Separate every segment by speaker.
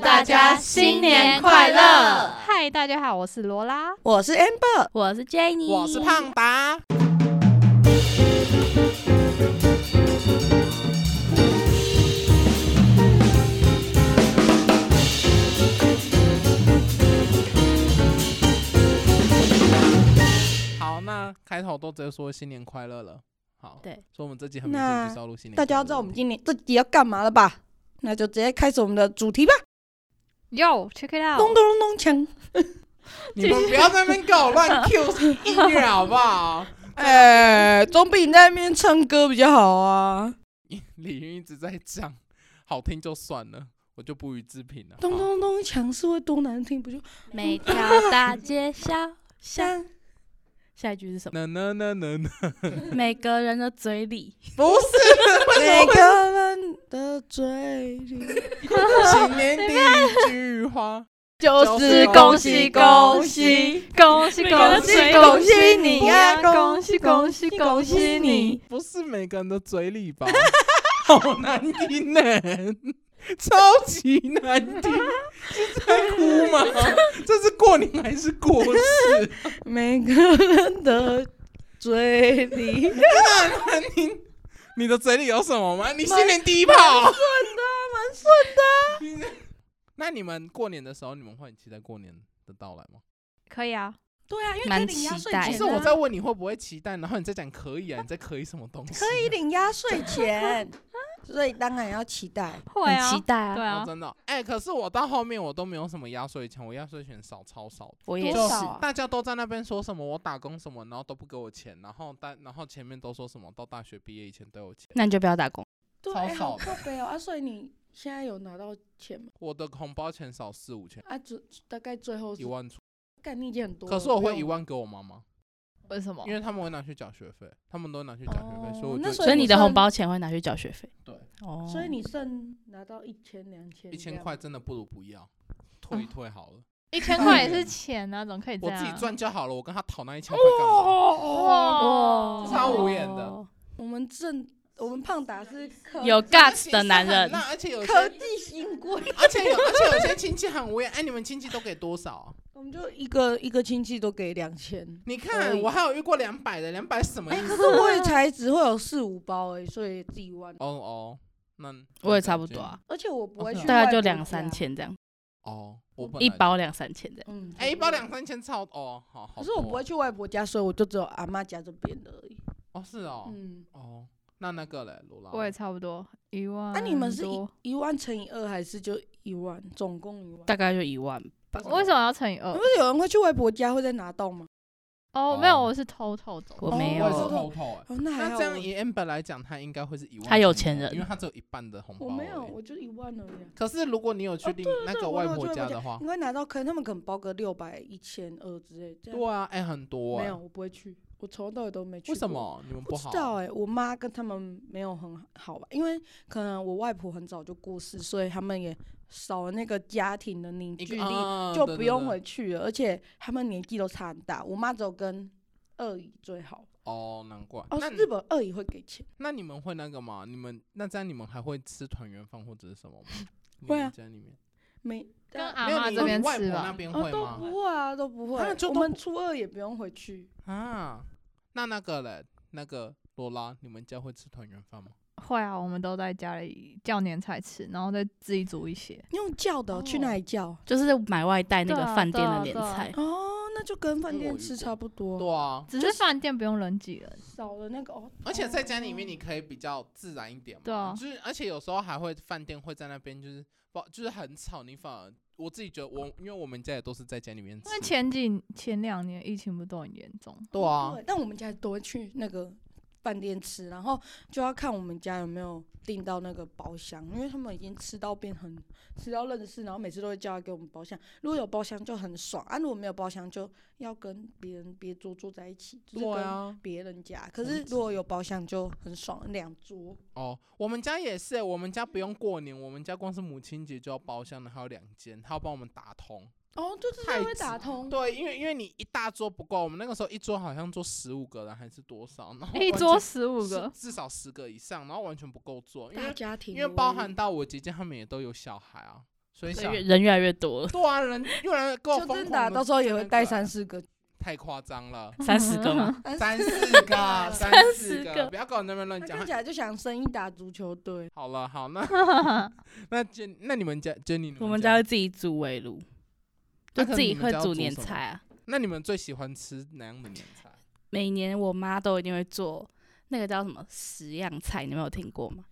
Speaker 1: 大家新年快乐！
Speaker 2: 嗨，大家好，我是罗拉。
Speaker 3: 我是 Amber，
Speaker 1: 我是 Jenny，
Speaker 4: 我是胖达。好，那开头都直接说新年快乐了。好，
Speaker 1: 对，
Speaker 4: 所以我们这集很明显就是要录新年快
Speaker 3: 大
Speaker 4: 乐。
Speaker 3: 家要知道我们今年这集要干嘛了吧？那就直接开始我们的主题吧。
Speaker 2: Yo，check it
Speaker 3: 咚
Speaker 2: out。
Speaker 3: 咚咚咚锵！
Speaker 4: 你们不要在那边给我
Speaker 3: 啊
Speaker 4: 乱 Q 音乐好不好？
Speaker 3: 哎、总比你在那边唱歌比较好啊。
Speaker 4: 李云一直在讲，好听就算了，我就不予置评了。
Speaker 3: 咚
Speaker 4: 好
Speaker 3: 咚咚锵是会多难听？不就
Speaker 1: 每条大街小巷。
Speaker 3: 像？
Speaker 1: 下一句是什么？
Speaker 4: 呢呢呢呢 呢，
Speaker 1: 每个人的嘴里。
Speaker 4: 不是
Speaker 3: 每个人的嘴 里
Speaker 4: 新年第一句话，
Speaker 3: 就
Speaker 4: 就是
Speaker 3: 是
Speaker 4: 恭
Speaker 3: 恭
Speaker 4: 喜
Speaker 3: 喜
Speaker 4: 恭
Speaker 3: 恭
Speaker 4: 喜
Speaker 3: 喜
Speaker 2: 恭喜
Speaker 1: 每个
Speaker 2: 恭
Speaker 1: 人的
Speaker 2: 喜
Speaker 1: 嘴
Speaker 2: 恭
Speaker 3: 恭
Speaker 2: 喜！
Speaker 3: 喜你呀！
Speaker 2: 恭
Speaker 3: 恭
Speaker 2: 喜
Speaker 1: 啊
Speaker 3: 喜
Speaker 2: 恭
Speaker 3: 恭
Speaker 2: 喜
Speaker 3: 喜
Speaker 2: 恭
Speaker 3: 恭
Speaker 2: 喜
Speaker 3: 喜
Speaker 2: 你
Speaker 3: 你！
Speaker 4: 不是每个人的嘴里 吧？好难听呢、超级难 听，是在哭吗？ 这是过年还是过世？
Speaker 3: 每个人的嘴里。
Speaker 4: 那你你的嘴里有什么吗？你新年第一炮，顺的，蛮顺的。 那你们过年的时候，你们会很期待过年的到来吗？
Speaker 2: 可以啊，
Speaker 3: 对啊，因为
Speaker 1: 蛮
Speaker 3: 可以领压
Speaker 1: 期
Speaker 3: 岁
Speaker 1: 待
Speaker 3: 钱啊
Speaker 4: 不是我在问你会不会期待，然后你在讲 可以啊，你在可以什么东西？
Speaker 3: 可以领压岁 钱，所以当然要期待。
Speaker 2: 会啊，
Speaker 1: 很期待
Speaker 2: 对
Speaker 1: 啊！
Speaker 4: 哦，
Speaker 2: 啊，
Speaker 4: 真的哦，哎、可是我到后面我都没有什么压岁钱，我压岁钱少超少的。
Speaker 1: 我也
Speaker 2: 多
Speaker 1: 是
Speaker 2: 少，啊
Speaker 4: 大家都在那边说什么我打工什么，然后都不给我钱，然后大然后前面都说什么到大学毕业以前都有钱，
Speaker 1: 那你就不要打工。
Speaker 3: 对，
Speaker 4: 超
Speaker 3: 哎好
Speaker 4: 少的
Speaker 3: 靠背哦。啊，所以你现在有拿到钱吗？
Speaker 4: 我的红包钱少四五千，
Speaker 3: 啊，最大概最后
Speaker 4: 一
Speaker 3: 是
Speaker 4: 万出，
Speaker 3: 干你已经很多了。哦
Speaker 4: 可是我
Speaker 3: 不
Speaker 4: 会
Speaker 3: 用
Speaker 4: 一。万给我妈妈，
Speaker 2: 为什么
Speaker 4: 因为他们会拿去缴学费，他们都拿去缴学费，
Speaker 3: 哦
Speaker 4: 所以我
Speaker 3: 那
Speaker 4: 就
Speaker 3: 所
Speaker 1: 所以你的
Speaker 3: 我算
Speaker 1: 红包钱会拿去缴学费。
Speaker 4: 对，
Speaker 1: 哦，
Speaker 3: 所以你剩拿到一千两千，
Speaker 4: 一千块真的不如不要，退一退好了，
Speaker 2: 一千块也是钱啊，怎么可以这
Speaker 4: 我
Speaker 2: 样？
Speaker 4: 自己赚就好了，我跟他讨那一千块干嘛？
Speaker 3: 哦。
Speaker 2: 哇，
Speaker 4: 超
Speaker 1: 哦
Speaker 4: 无言的
Speaker 3: 我们正我们胖达是科
Speaker 1: 有 guts 的男人
Speaker 4: 那而且有些
Speaker 3: 科技新贵，
Speaker 4: 而且有，而且有些亲戚很无言。哎，你们亲戚都给多少啊？
Speaker 3: 我们就一个一个亲戚都给两千。
Speaker 4: 你
Speaker 3: 可
Speaker 4: 看，
Speaker 3: 以
Speaker 4: 我还有遇过两百的，两百什么意
Speaker 3: 哎，可
Speaker 4: 思？
Speaker 3: 是我也才只会有四五包而已，所以自己万。
Speaker 4: 哦哦，那
Speaker 1: 我也差不多啊，
Speaker 3: 而且我不会去，
Speaker 4: 哦
Speaker 1: 大概就
Speaker 3: 啊
Speaker 1: 两三。千这样，
Speaker 4: 哦，我本来
Speaker 1: 一，包两三千这样。
Speaker 3: 嗯，
Speaker 4: 哎，一包两三千超哦，好好。
Speaker 3: 可是我不会
Speaker 4: 多
Speaker 3: 去外婆家，所以我就只有阿妈家这边的而已。
Speaker 4: 哦，是哦，
Speaker 3: 嗯，
Speaker 4: 哦，那那个嘞，罗拉，
Speaker 2: 我也差不多一万多。
Speaker 3: 那你们是一一万乘以二，还是就一万？总共一万？
Speaker 1: 大概就一万吧。
Speaker 2: 为什么要乘以二
Speaker 4: 呃
Speaker 3: 不？是有人会去外婆家会再拿到吗？
Speaker 2: 哦，没有，我是偷偷走。
Speaker 1: 我没
Speaker 4: 我也是
Speaker 1: 有，
Speaker 3: 哦
Speaker 4: 偷偷哎。
Speaker 3: 哦，那还
Speaker 4: 那
Speaker 3: 好。
Speaker 4: 这样以 Amber 来讲，他应该会是一万，
Speaker 1: 他有钱人
Speaker 4: 因为他只有一半的红包。
Speaker 3: 我没有，。我就一万而已啊。
Speaker 4: 可是如果你有去
Speaker 3: 哦
Speaker 4: 另
Speaker 3: 对
Speaker 4: 那个
Speaker 3: 我
Speaker 4: 外
Speaker 3: 有去
Speaker 4: 婆
Speaker 3: 外
Speaker 4: 家
Speaker 3: 婆
Speaker 4: 的话
Speaker 3: 应，该拿到，可能他们可能包个六百、一千二之类。这样
Speaker 4: 对啊，哎，很多
Speaker 3: 没
Speaker 4: 哎
Speaker 3: 有，。我不会去，我从头到尾都没去。
Speaker 4: 为什？么你们
Speaker 3: 不
Speaker 4: 好
Speaker 3: 知？道哎、我妈跟他们没有很好吧，因为可能我外婆很早就过世，所以他们也少了那个家庭的凝
Speaker 4: 一
Speaker 3: 聚
Speaker 4: 个
Speaker 3: 力，
Speaker 4: 啊
Speaker 3: 就
Speaker 4: 对
Speaker 3: 不
Speaker 4: 对
Speaker 3: 用
Speaker 4: 对
Speaker 3: 回去了。而且他们年纪都差很大，我妈只有跟二姨最好。
Speaker 4: 哦，难怪。
Speaker 3: 哦
Speaker 4: 那，
Speaker 3: 日本二姨会给钱，
Speaker 4: 那你们会那个吗？你们那这样你们还会吃团圆饭或者是什么吗？你
Speaker 3: 会
Speaker 4: 们
Speaker 3: 啊
Speaker 4: 家里面
Speaker 3: 没
Speaker 2: 跟
Speaker 3: 啊
Speaker 2: 阿
Speaker 4: 没有
Speaker 2: 嬷
Speaker 4: 你
Speaker 2: 这边
Speaker 4: 你外
Speaker 2: 吃
Speaker 4: 婆那
Speaker 2: 吧。
Speaker 4: 边
Speaker 3: 哦
Speaker 4: 会
Speaker 3: 都
Speaker 4: 吗？
Speaker 3: 不会啊，都不会。
Speaker 4: 啊就
Speaker 3: 我
Speaker 4: 都
Speaker 3: 们
Speaker 4: 不
Speaker 3: 初二也不用回去，
Speaker 4: 啊，那那个嘞，那个罗拉，你们家会吃团圆饭吗？
Speaker 2: 会啊，我们都在家里叫年菜吃，然后再自己煮一些。
Speaker 3: 用叫的哦、去哪里叫？
Speaker 1: 就是买外带那
Speaker 2: 对
Speaker 1: 个
Speaker 2: 啊
Speaker 1: 饭店的
Speaker 2: 对啊
Speaker 1: 年
Speaker 2: 对啊
Speaker 1: 菜，
Speaker 3: 哦，那就跟饭
Speaker 4: 因为我
Speaker 3: 店
Speaker 4: 遇
Speaker 3: 吃
Speaker 4: 过
Speaker 3: 差不多，
Speaker 4: 对啊，
Speaker 2: 只是饭店不用人挤人，
Speaker 3: 少了那个哦。
Speaker 4: 而且在家里面你可以比较自然一点嘛。
Speaker 2: 对啊
Speaker 4: 就是而且有时候还会饭店会在那边就是不就是很吵，你反而我自己觉得我因为我们家也都是在家里面吃
Speaker 2: 因为。前几前两年疫情不都很严重，
Speaker 4: 对啊
Speaker 3: 对，，但我们家都会去那个饭店吃，然后就要看我们家有没有订到那个包厢，因为他们已经吃到变很吃到认识，然后每次都会叫他给我们包厢。如果有包厢就很爽啊，如果没有包厢就要跟别人别桌坐在一起，就是
Speaker 4: 对
Speaker 3: 跟
Speaker 4: 啊。
Speaker 3: 别人家。可是如果有包厢就很爽，两桌。
Speaker 4: 哦，我们家也是，我们家不用过年，我们家光是母亲节就要包厢的，还有两间，他要帮我们打通。
Speaker 3: 哦，就是
Speaker 4: 太
Speaker 3: 他会
Speaker 4: 子
Speaker 3: 打通，
Speaker 4: 对，因为因为你一大桌不够，我们那个时候一桌好像坐十五个人还是多少，然后
Speaker 2: 一
Speaker 4: 完
Speaker 2: 桌
Speaker 4: 全
Speaker 2: 十五个
Speaker 4: 哦是，至少十个以上，然后完全不够坐，因
Speaker 3: 大欸
Speaker 4: 为
Speaker 3: 家庭
Speaker 4: 因为
Speaker 3: 的
Speaker 4: 包
Speaker 3: 威
Speaker 4: 含
Speaker 3: 力
Speaker 4: 到我姐姐他们也都有小孩啊，水
Speaker 1: 人
Speaker 4: 小
Speaker 1: 越人越来越多 了，
Speaker 4: 对啊，人越来越够
Speaker 3: 就
Speaker 4: 疯
Speaker 3: 真的啊、
Speaker 4: 狂的
Speaker 3: 到时候也
Speaker 4: 那
Speaker 3: 会
Speaker 4: 个
Speaker 3: 带
Speaker 4: 啊
Speaker 3: 三四个。
Speaker 4: 太夸张了，
Speaker 1: 三十个嘛，
Speaker 4: 三四个，啊三四个，
Speaker 1: 个
Speaker 4: 不要搞那边乱
Speaker 3: 他
Speaker 4: 讲
Speaker 3: 看。起来就想生一打足球队，
Speaker 4: 好了，好，那那jenny 那你们家 Jenny，你
Speaker 1: 我们家
Speaker 4: 家
Speaker 1: 会，自己煮围炉，就
Speaker 4: 啊可是
Speaker 1: 自己
Speaker 4: 你们
Speaker 1: 会
Speaker 4: 家要
Speaker 1: 煮
Speaker 4: 煮
Speaker 1: 年
Speaker 4: 什么
Speaker 1: 菜啊。
Speaker 4: 那你们最喜欢吃哪样的年菜？
Speaker 1: 每年我妈都一定会做那个叫什么十样菜，你们有听过吗？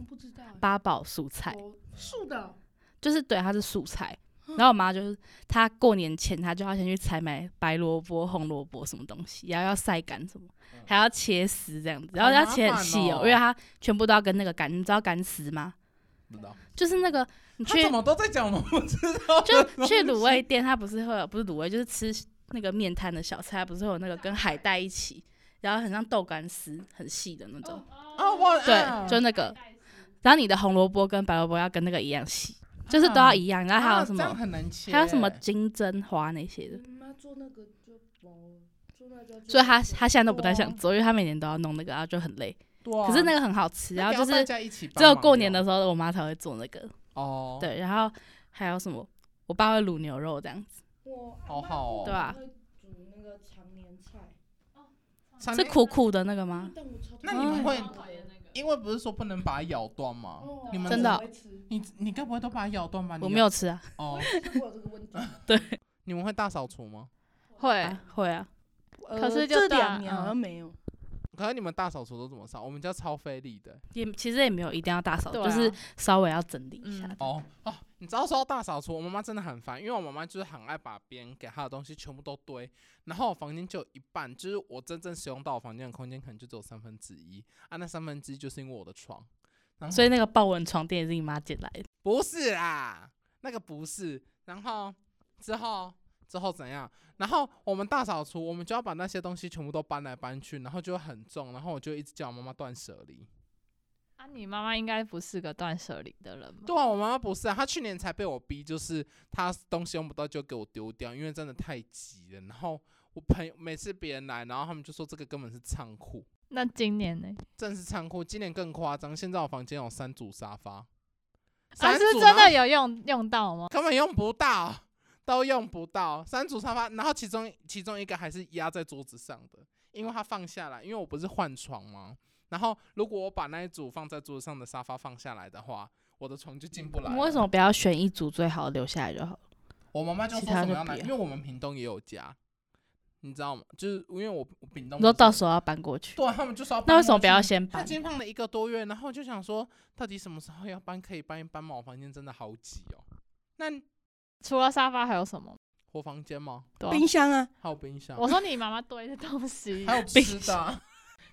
Speaker 3: 我不知道欸、
Speaker 1: 八宝素菜，
Speaker 3: 哦素的，
Speaker 1: 就是对，它是素菜。然后我妈就是她过年前，她就要先去采买白萝卜、红萝卜什么东西，然后要晒干什么，
Speaker 4: 嗯
Speaker 1: 还要切丝这样子，然后
Speaker 4: 好麻
Speaker 1: 要切很细
Speaker 4: 烦
Speaker 1: 哦
Speaker 4: 哦，
Speaker 1: 因为它全部都要跟那个干，你知道干丝吗？
Speaker 4: 不知道，
Speaker 1: 就是那个你
Speaker 4: 他
Speaker 1: 去
Speaker 4: 怎么都在讲我们不知道的 东
Speaker 1: 就
Speaker 4: 西，
Speaker 1: 去卤味店，它不是会有不是卤味，就是吃那个面摊的小菜，它不是会有那个跟海带一起，然后很像豆干丝，很细的那种。
Speaker 4: 啊，我啊
Speaker 1: 哦对，就那个。然后你的红萝卜跟白萝卜要跟那个一样细，就是都要一样。然后还
Speaker 4: 啊
Speaker 1: 有什么？
Speaker 4: 这样很难切，欸
Speaker 1: 还有什么金针花那些的，
Speaker 3: 你妈嗯做那个就哦，做那个就
Speaker 1: 所以他他现在都不太想
Speaker 4: 哇
Speaker 1: 做，因为他每年都要弄那个，然后就很累。
Speaker 4: 对啊？
Speaker 1: 可是那个很好吃，
Speaker 4: 那
Speaker 1: 然后
Speaker 4: 个要
Speaker 1: 就
Speaker 4: 大
Speaker 1: 是
Speaker 4: 家一起帮
Speaker 1: 只有
Speaker 4: 忙
Speaker 1: 过年
Speaker 4: 用
Speaker 1: 的时候我妈才会做那个，
Speaker 4: 哦，，
Speaker 1: 对。然后还有什么？我爸会卤牛肉这样子，
Speaker 3: 我
Speaker 4: 好好哦
Speaker 1: 对啊吧
Speaker 3: 会煮那个常年菜，
Speaker 1: 是苦苦的那个
Speaker 4: 嗯
Speaker 1: 吗？
Speaker 3: 但我超讨
Speaker 4: 那
Speaker 3: 厌
Speaker 4: 你
Speaker 3: 吃
Speaker 4: 们会
Speaker 3: 的
Speaker 4: 因为不是说不能把它咬断吗？
Speaker 3: 哦
Speaker 4: 你们
Speaker 1: 真的哦
Speaker 3: 我会吃
Speaker 4: 你你该不会都把它咬断吧？你
Speaker 1: 我没有吃啊，
Speaker 4: 哦，
Speaker 3: 就是我有这个问题。
Speaker 4: 你们会大扫除吗？
Speaker 2: 会
Speaker 1: 会啊，
Speaker 3: 呃
Speaker 2: 是就
Speaker 3: 这
Speaker 2: 大
Speaker 3: 两年好
Speaker 2: 嗯
Speaker 3: 像没有，
Speaker 4: 可是你们大扫除都怎么扫？我们家超费力的。
Speaker 1: 也其实也没有一定要大扫，
Speaker 2: 对
Speaker 1: 就
Speaker 2: 啊
Speaker 1: 是稍微要整理一下
Speaker 2: 嗯。
Speaker 4: 哦哦，你知道说到大扫除，我妈妈真的很烦，因为我妈妈就是很爱把别人给她的东西全部都堆，然后我房间就有一半，就是我真正使用到我房间的空间可能就只有三分之一啊，那三分之一就是因为我的床，
Speaker 2: 嗯
Speaker 4: 然后
Speaker 1: 所以那个豹纹床垫也是你妈捡来的，
Speaker 4: 不是啦，那个不是，然后之后之后怎样？然后我们大扫除，我们就要把那些东西全部都搬来搬去，然后就很重，然后我就一直叫我妈妈断舍离。
Speaker 2: 啊，你妈妈应该不是个断舍离的人吧？
Speaker 4: 对啊，我妈妈不是、啊，她去年才被我逼，就是她东西用不到就给我丢掉，因为真的太急了。然后我朋友每次别人来，然后他们就说这个根本是仓库，
Speaker 2: 那今年呢？
Speaker 4: 真的是仓库。今年更夸张，现在我房间有三组沙发，
Speaker 2: 啊，
Speaker 4: 三
Speaker 2: 是
Speaker 4: 组、
Speaker 2: 真的有用用到吗？
Speaker 4: 根本用不到，都用不到三组沙发，然后其中其中一个还是压在桌子上的，因为它放下来，因为我不是换床吗？然后如果我把那一组放在桌子上的沙发放下来的话，我的床就进不来
Speaker 1: 你
Speaker 4: 了。
Speaker 1: 们为什么不要选一组最好的留下来就好了？
Speaker 4: 我妈妈就
Speaker 1: 其
Speaker 4: 说
Speaker 1: 他
Speaker 4: 什么
Speaker 1: 就
Speaker 4: 要
Speaker 1: 不
Speaker 4: 买，
Speaker 1: 要
Speaker 4: 因为我们屏东也有家，你知道吗？就是因为我我屏东
Speaker 1: 你说
Speaker 4: 不是
Speaker 1: 到时候要搬过去，
Speaker 4: 对啊，他们就说要搬
Speaker 1: 那为什么
Speaker 4: 过
Speaker 1: 不要
Speaker 4: 去？
Speaker 1: 先
Speaker 4: 他
Speaker 1: 搬
Speaker 4: 已？经放了一个多月，然后就想说，到底什么时候要搬？可以搬一搬吗？我房间真的好挤哦。那
Speaker 2: 除了沙发还有什么？
Speaker 4: 我房间吗？
Speaker 2: 对啊
Speaker 3: 冰箱啊，
Speaker 4: 还有冰箱，
Speaker 2: 我说你妈妈堆的东西，
Speaker 4: 还有
Speaker 1: 冰
Speaker 4: 吃的 啊，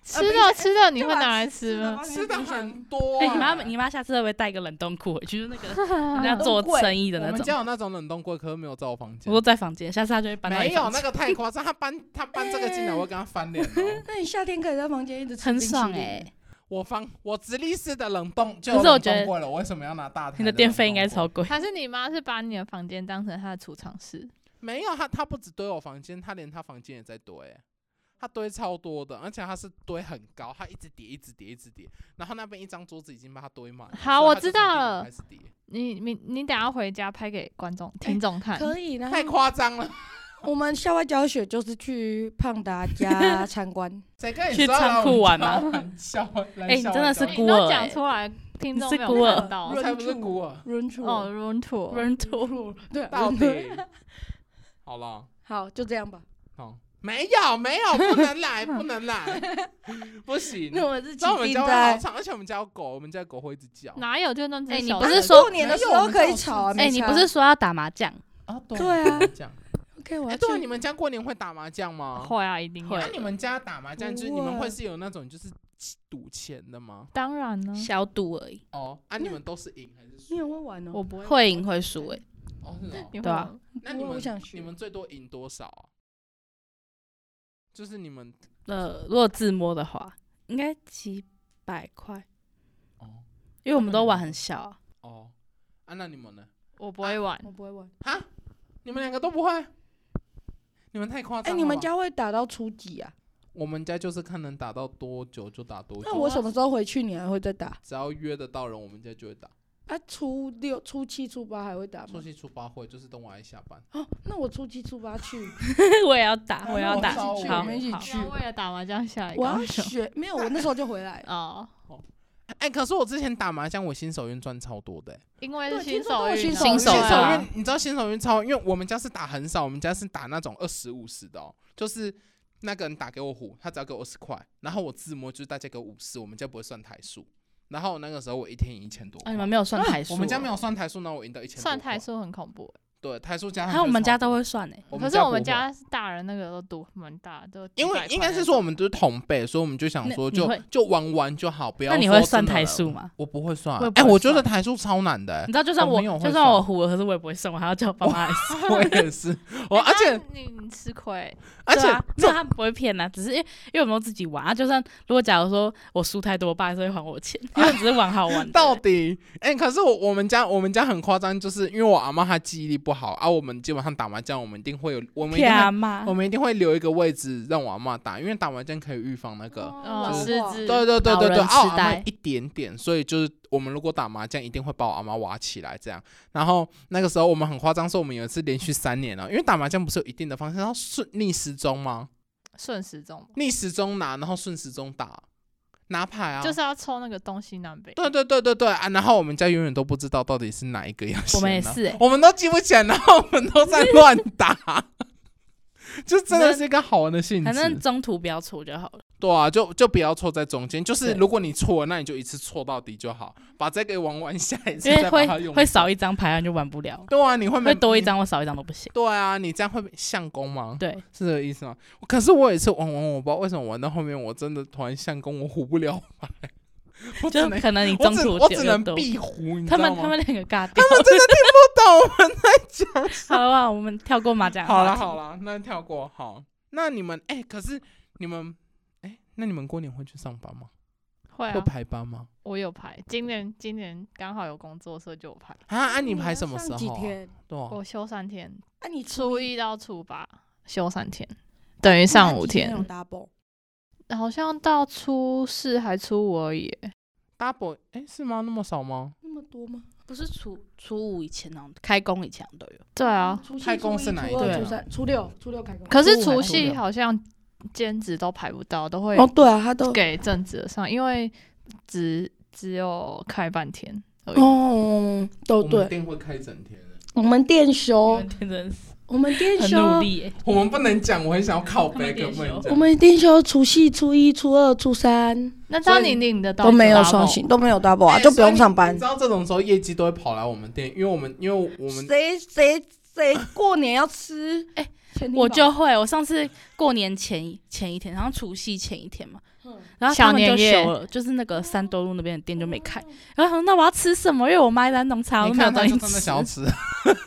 Speaker 2: 吃的吃的你
Speaker 3: 就
Speaker 2: 会
Speaker 3: 把
Speaker 2: 拿来
Speaker 3: 吃
Speaker 2: 吃
Speaker 3: 的
Speaker 2: 吗？
Speaker 3: 放进
Speaker 4: 吃的
Speaker 3: 冰箱
Speaker 4: 很多
Speaker 1: 哎、
Speaker 4: 啊。
Speaker 1: 你妈你妈下次会不会带一个冷冻库回去？就是那个 人家做生意的
Speaker 4: 我
Speaker 1: 那
Speaker 4: 们
Speaker 1: 种。
Speaker 4: 家有那种冷冻柜，可是没有在我房
Speaker 1: 我
Speaker 4: 间
Speaker 1: 都。在房间，下次她就会搬到你
Speaker 4: 没有
Speaker 1: 房
Speaker 4: 那
Speaker 1: 间。
Speaker 4: 个太夸张，他搬他搬这个进来，我会跟他翻脸 哦。
Speaker 3: 那你夏天可以在房间一直吃
Speaker 1: 很
Speaker 3: 冰淇
Speaker 1: 爽
Speaker 3: 淋
Speaker 1: 哎、
Speaker 4: 我房我直立式的冷冻就有
Speaker 1: 可是我
Speaker 4: 冷
Speaker 1: 觉
Speaker 4: 冻
Speaker 1: 得
Speaker 4: 柜了，我为什么要拿大台？
Speaker 1: 你的电费应该超。贵。
Speaker 2: 还是你妈是把你的房间当成她的储藏室？
Speaker 4: 没有，他他不止堆我房间，他连他房间也在堆欸，他堆超多的，而且他是堆很高，他一直叠，一直叠，一直叠。然后那边一张桌子已经把它堆满了。
Speaker 2: 好
Speaker 4: 所以
Speaker 2: 我
Speaker 4: 他就
Speaker 2: 知
Speaker 4: 从地
Speaker 2: 道
Speaker 4: 板
Speaker 2: 了
Speaker 4: 开始叠
Speaker 2: 你你你等下回家拍给观众听众看。
Speaker 3: 可以，然
Speaker 4: 太
Speaker 3: 后
Speaker 4: 夸张了，
Speaker 3: 我们校外教学就是去胖达家参观，
Speaker 4: 谁跟你
Speaker 1: 去
Speaker 4: 说要来
Speaker 1: 仓库
Speaker 4: 我
Speaker 1: 玩
Speaker 4: 们
Speaker 1: 啊
Speaker 4: 家玩笑？ 哎
Speaker 1: 哎你真的是
Speaker 2: 你
Speaker 1: 孤
Speaker 2: 都
Speaker 1: 儿
Speaker 2: 讲
Speaker 1: 欸
Speaker 2: 出来，听
Speaker 1: 你
Speaker 2: 众
Speaker 1: 是
Speaker 2: 没
Speaker 1: 孤
Speaker 2: 有
Speaker 1: 儿
Speaker 2: 看到
Speaker 4: 我。才不是孤儿，
Speaker 3: 轮出
Speaker 2: 哦，room tour，
Speaker 1: 人多，
Speaker 3: 对啊，
Speaker 4: 到
Speaker 3: 轮
Speaker 4: 底
Speaker 3: 渡
Speaker 4: 好了，
Speaker 3: 好就这样吧。
Speaker 4: 好，没有没有，不能 来，不能来，不行。
Speaker 3: 那我们是骑
Speaker 4: 知道嗯我们
Speaker 3: 兵
Speaker 4: 家会好
Speaker 3: 在
Speaker 4: 吵，而且我们家有狗，我们家的狗会一直叫。
Speaker 2: 哪有就那只
Speaker 1: 哎你
Speaker 2: 小
Speaker 1: 不
Speaker 2: 的
Speaker 1: 是说
Speaker 3: 啊过年的
Speaker 4: 没
Speaker 3: 时
Speaker 4: 有我
Speaker 3: 候
Speaker 4: 们
Speaker 3: 可
Speaker 4: 这
Speaker 3: 以
Speaker 4: 种
Speaker 3: 吵啊，
Speaker 4: 事
Speaker 1: 哎、
Speaker 3: 没
Speaker 1: 你
Speaker 3: 差
Speaker 1: 不是说要打麻将？
Speaker 4: 啊，对
Speaker 3: 对啊
Speaker 4: 这样。
Speaker 3: OK？我
Speaker 4: 哎、
Speaker 3: 要
Speaker 4: 对啊，
Speaker 3: 去
Speaker 4: 你们家过年会打麻将吗？
Speaker 2: 会啊，一定
Speaker 1: 会
Speaker 2: 要
Speaker 4: 那。你们家打麻将就是
Speaker 3: 不
Speaker 4: 你们会
Speaker 3: 会
Speaker 4: 是有那种就是赌钱的吗？
Speaker 2: 当然
Speaker 4: 嗯
Speaker 2: 呢，
Speaker 1: 小赌而已，
Speaker 4: 哦，
Speaker 3: 那
Speaker 4: 啊，你们都是赢还是
Speaker 3: 你
Speaker 4: 输？
Speaker 3: 很会玩哦。
Speaker 2: 我不会。
Speaker 1: 会赢会输哎、
Speaker 4: 哦，是哦。
Speaker 2: 你会
Speaker 1: 对啊
Speaker 2: 吗
Speaker 4: 那你
Speaker 3: 我
Speaker 4: 们
Speaker 3: 想
Speaker 4: 你
Speaker 3: 学
Speaker 4: 们最多赢多少啊？就是你们
Speaker 1: 呃，如果自摸的话，应该几百块，
Speaker 4: 哦
Speaker 1: 因为我们都玩很小、啊。
Speaker 4: 哦，啊，那你们呢？
Speaker 2: 我不会玩。
Speaker 3: 我不会玩。
Speaker 4: 哈，你们两个都不会？你们太夸
Speaker 3: 哎，
Speaker 4: 张了吧。
Speaker 3: 你们家会打到初几啊？
Speaker 4: 我们家就是看能打到多久就打多久，
Speaker 3: 那我什么时候回去？你还会再打？
Speaker 4: 只要约得到人，我们家就会打。
Speaker 3: 啊，初六、初七、初八还会打
Speaker 4: 初
Speaker 3: 吗？
Speaker 4: 七初八会，就是等我阿姨下班。
Speaker 3: 哦，那我初七、初八去，
Speaker 1: 我也要打，我也要打，
Speaker 4: 哦那
Speaker 1: 好，
Speaker 4: 我们一起去
Speaker 1: 好
Speaker 4: 我们
Speaker 3: 一起去
Speaker 2: 然后为了打麻将下来
Speaker 3: 我
Speaker 2: 高
Speaker 3: 要
Speaker 2: 雄，。
Speaker 3: 学。没有，我那时候就回来
Speaker 2: 哦，
Speaker 4: 哎、可是我之前打麻将，我新手运赚超多的、欸。
Speaker 2: 因为是
Speaker 3: 对
Speaker 2: 新
Speaker 3: 听说
Speaker 2: 手
Speaker 3: 都有
Speaker 2: 运
Speaker 3: 新
Speaker 2: 动，
Speaker 3: 手
Speaker 1: 新手
Speaker 4: 新
Speaker 1: 运
Speaker 4: 手
Speaker 1: 啊
Speaker 4: 运，你知道新手运超，因为我们家是打很少，我们家是打那种二十五十的哦，就是那个人打给我胡，他只要给我二十块，然后我自摸就是大家给我五十，我们家不会算台数。然后那个时候我一天赢一千多
Speaker 1: 啊，
Speaker 4: 块，
Speaker 1: 你们没有算台数哦，
Speaker 4: 我们家没有算台数，那我赢到一千。
Speaker 2: 算台，数很恐怖欸。
Speaker 4: 对台数加上
Speaker 1: 还有啊我们
Speaker 4: 就是
Speaker 1: 家
Speaker 4: 超
Speaker 1: 都会算欸诶、
Speaker 4: 我
Speaker 2: 可
Speaker 4: 们
Speaker 2: 是
Speaker 4: 家
Speaker 2: 我们
Speaker 4: 不会
Speaker 2: 家是大人那个都赌蛮大，都
Speaker 4: 因为应该是说我们都是同辈，所以我们就想
Speaker 1: 那
Speaker 4: 说
Speaker 1: 你
Speaker 4: 就
Speaker 1: 会
Speaker 4: 就玩玩就好，不要。
Speaker 1: 那你会算台数？吗？
Speaker 4: 我不会算
Speaker 2: 我也。
Speaker 4: 哎，
Speaker 2: 不会
Speaker 4: 我觉得
Speaker 2: 算
Speaker 4: 台数超难的
Speaker 1: 你 知
Speaker 4: 欸，
Speaker 1: 道，就算
Speaker 4: 我
Speaker 1: 我
Speaker 4: 没有会
Speaker 1: 就算我
Speaker 4: 算
Speaker 1: 糊了，可是我也不会算，我还要叫我爸妈来算。
Speaker 4: 我也是。我而且
Speaker 2: 哎你你吃亏，
Speaker 1: 哎
Speaker 4: 而
Speaker 1: 对
Speaker 4: 且
Speaker 1: 啊没
Speaker 4: 这
Speaker 1: 有他不会骗啊呐，只是因为因为我们都自己玩啊。就算如果假如说我输太多，我爸还是会还我钱， 因为只是玩好玩的。
Speaker 4: 到底哎、可是我我们家我们家很夸张，就是因为我阿妈她记忆力不好啊，我们基本上打麻将，我们一定会有，我们一定
Speaker 1: 骗
Speaker 4: 会
Speaker 1: 嘛
Speaker 4: 我，们一定会留一个位置让我阿妈打，因为打麻将可以预防那
Speaker 1: 哦
Speaker 4: 个。
Speaker 2: 哦老
Speaker 4: 就是
Speaker 2: 师资
Speaker 4: 对对对对
Speaker 1: 老
Speaker 4: 对，
Speaker 1: 人
Speaker 4: 啊，我
Speaker 1: 痴
Speaker 4: 阿
Speaker 1: 呆
Speaker 4: 妈一点点，所以就是我们如果打麻将，一定会把我阿妈挖起来这样。然后那个时候我们很夸张，说我们有一次连续三年哦了，因为打麻将不是有一定的方向，然后顺逆时钟吗？
Speaker 1: 嗯
Speaker 2: 顺时钟嘛，
Speaker 4: 逆时钟拿，然后顺时钟打，拿牌啊。
Speaker 2: 就是要抽那个东西南北。
Speaker 4: 对对对对对啊！然后我们家永远都不知道到底是哪一个要先
Speaker 1: 我们也
Speaker 4: 拿
Speaker 1: 是欸
Speaker 4: 我们都记不起来，然后我们都 在乱打， 就真的是一个好玩的性
Speaker 1: 反正
Speaker 4: 质。
Speaker 1: 中途不要错就好了。
Speaker 4: 对啊，就就不要错在中间，就是
Speaker 1: 对
Speaker 4: 如果你错了，那你就一次错到底就好，把这个玩完 下一次
Speaker 1: 因为
Speaker 4: 再把
Speaker 1: 会
Speaker 4: 它用
Speaker 1: 会
Speaker 4: 掉
Speaker 1: 少一张牌，然后就玩不了；
Speaker 4: 对啊，你会没
Speaker 1: 会多一。
Speaker 4: 你
Speaker 1: 张或少一张都不行。
Speaker 4: 对啊，你这样会被相公吗？
Speaker 1: 对，
Speaker 4: 是这个意思吗？可是我也是玩玩，我不知道为什么玩到后面，我真的突然相公，我胡不了牌，我 只
Speaker 1: 就
Speaker 4: 能
Speaker 1: 可能你
Speaker 4: 我
Speaker 1: 中
Speaker 4: 只
Speaker 1: 途
Speaker 4: 我
Speaker 1: 丢就
Speaker 4: 只能
Speaker 1: 丢。
Speaker 4: 必胡，你知
Speaker 1: 他
Speaker 4: 道
Speaker 1: 们
Speaker 4: 吗？
Speaker 1: 他们两个尬掉
Speaker 4: 他。们真的听不懂我 们
Speaker 1: 好了吧，我们跳过麻将。
Speaker 4: 好了好，了，那跳过好。那你们哎、可是你们哎、那你们过年会去上班吗？
Speaker 2: 会
Speaker 4: 会
Speaker 2: 啊，
Speaker 4: 排班吗？
Speaker 2: 我有排，今年今年刚好有工作，所以就有排。
Speaker 4: 啊啊！你
Speaker 3: 要
Speaker 4: 排什么
Speaker 3: 上
Speaker 4: 时候、啊？
Speaker 3: 几天？
Speaker 4: 对啊、
Speaker 2: 我休三天，
Speaker 3: 啊，你
Speaker 2: 初一到初八休三天，等于上五
Speaker 3: 那
Speaker 2: 天
Speaker 3: 种，double，
Speaker 2: 好像到初四还初五而已耶。
Speaker 4: double 哎、是吗？那么少吗？
Speaker 3: 那么多吗？
Speaker 1: 不是初初五以前哦，开工以前都有。
Speaker 2: 对啊，
Speaker 3: 初七
Speaker 4: 开工
Speaker 3: 初
Speaker 4: 是
Speaker 3: 一
Speaker 4: 哪一
Speaker 3: 初
Speaker 1: 天
Speaker 3: 二、
Speaker 1: 啊
Speaker 3: 初三、初六、哦初六开工。
Speaker 2: 可是
Speaker 4: 初五
Speaker 2: 除
Speaker 4: 还初
Speaker 2: 夕
Speaker 4: 六
Speaker 2: 好像兼职都排不到，都会
Speaker 3: 哦，对啊，他都
Speaker 2: 给正职的上，因为只只有开半天而已。
Speaker 3: 哦，都
Speaker 4: 我们
Speaker 3: 对。
Speaker 4: 店会开整天的。
Speaker 3: 我们店
Speaker 1: 我
Speaker 3: 休，
Speaker 1: 们真的是
Speaker 3: 我们店
Speaker 1: 很
Speaker 3: 休，
Speaker 1: 努力耶，
Speaker 4: 我们不能讲，我很想要靠
Speaker 1: 他们
Speaker 4: 背，
Speaker 1: 店
Speaker 4: 可不能
Speaker 1: 休
Speaker 4: 讲。
Speaker 3: 我们店休，除夕、初一、初二、初三
Speaker 2: 那这样你领得到
Speaker 3: 都没有
Speaker 2: double
Speaker 3: 双薪，都没有 double 啊，
Speaker 4: 哎
Speaker 3: 就不
Speaker 4: 所以
Speaker 3: 用
Speaker 4: 你
Speaker 3: 上班
Speaker 4: 你知。道这种时候业绩都会跑来我们店，因为我们因为我们
Speaker 3: 谁谁谁过年要吃？
Speaker 1: 哎
Speaker 3: 前天吧，
Speaker 1: 我就会。我上次过年前前一天，然后除夕前一天嘛，
Speaker 3: 嗯
Speaker 1: 然后他们
Speaker 2: 小
Speaker 1: 就
Speaker 2: 年夜
Speaker 1: 休了，就是那个三多路那边的店就没开。然后他说那我要吃什么？因为我妈在弄茶，我
Speaker 4: 你
Speaker 1: 都没有
Speaker 4: 看他
Speaker 1: 东
Speaker 4: 就
Speaker 1: 西
Speaker 4: 真 的想要
Speaker 1: 吃。
Speaker 4: 吃。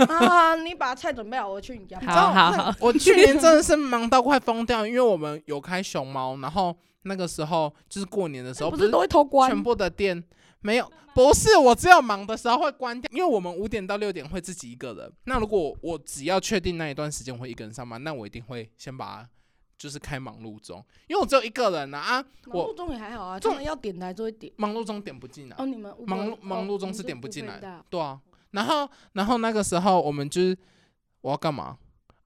Speaker 3: 啊，你把菜准备好，我去你家。
Speaker 1: 好好
Speaker 4: 你知道
Speaker 1: 好，
Speaker 4: 我去年真的是忙到快疯掉，因为我们有开熊猫，然后那个时候就是过年的时候，
Speaker 3: 不
Speaker 4: 哎不
Speaker 3: 是
Speaker 4: 是
Speaker 3: 都会偷关？
Speaker 4: 全部的店没有，不是我只有忙的时候会关掉，因为我们五点到六点会自己一个人。那如果我我只要确定那一段时间我会一个人上班，那我一定会先把它就是开忙碌中，因为我只有一个人啊啊，
Speaker 3: 忙碌中也还好啊，
Speaker 4: 中
Speaker 3: 中要点的还是会点。
Speaker 4: 忙碌中点不进来。
Speaker 3: 哦，你们五个
Speaker 4: 忙碌
Speaker 3: 哦
Speaker 4: 忙碌中
Speaker 3: 你
Speaker 4: 是点不
Speaker 3: 五个
Speaker 4: 进来
Speaker 3: 人的啊
Speaker 4: 对啊，然后然后那个时候我们就是我要干嘛？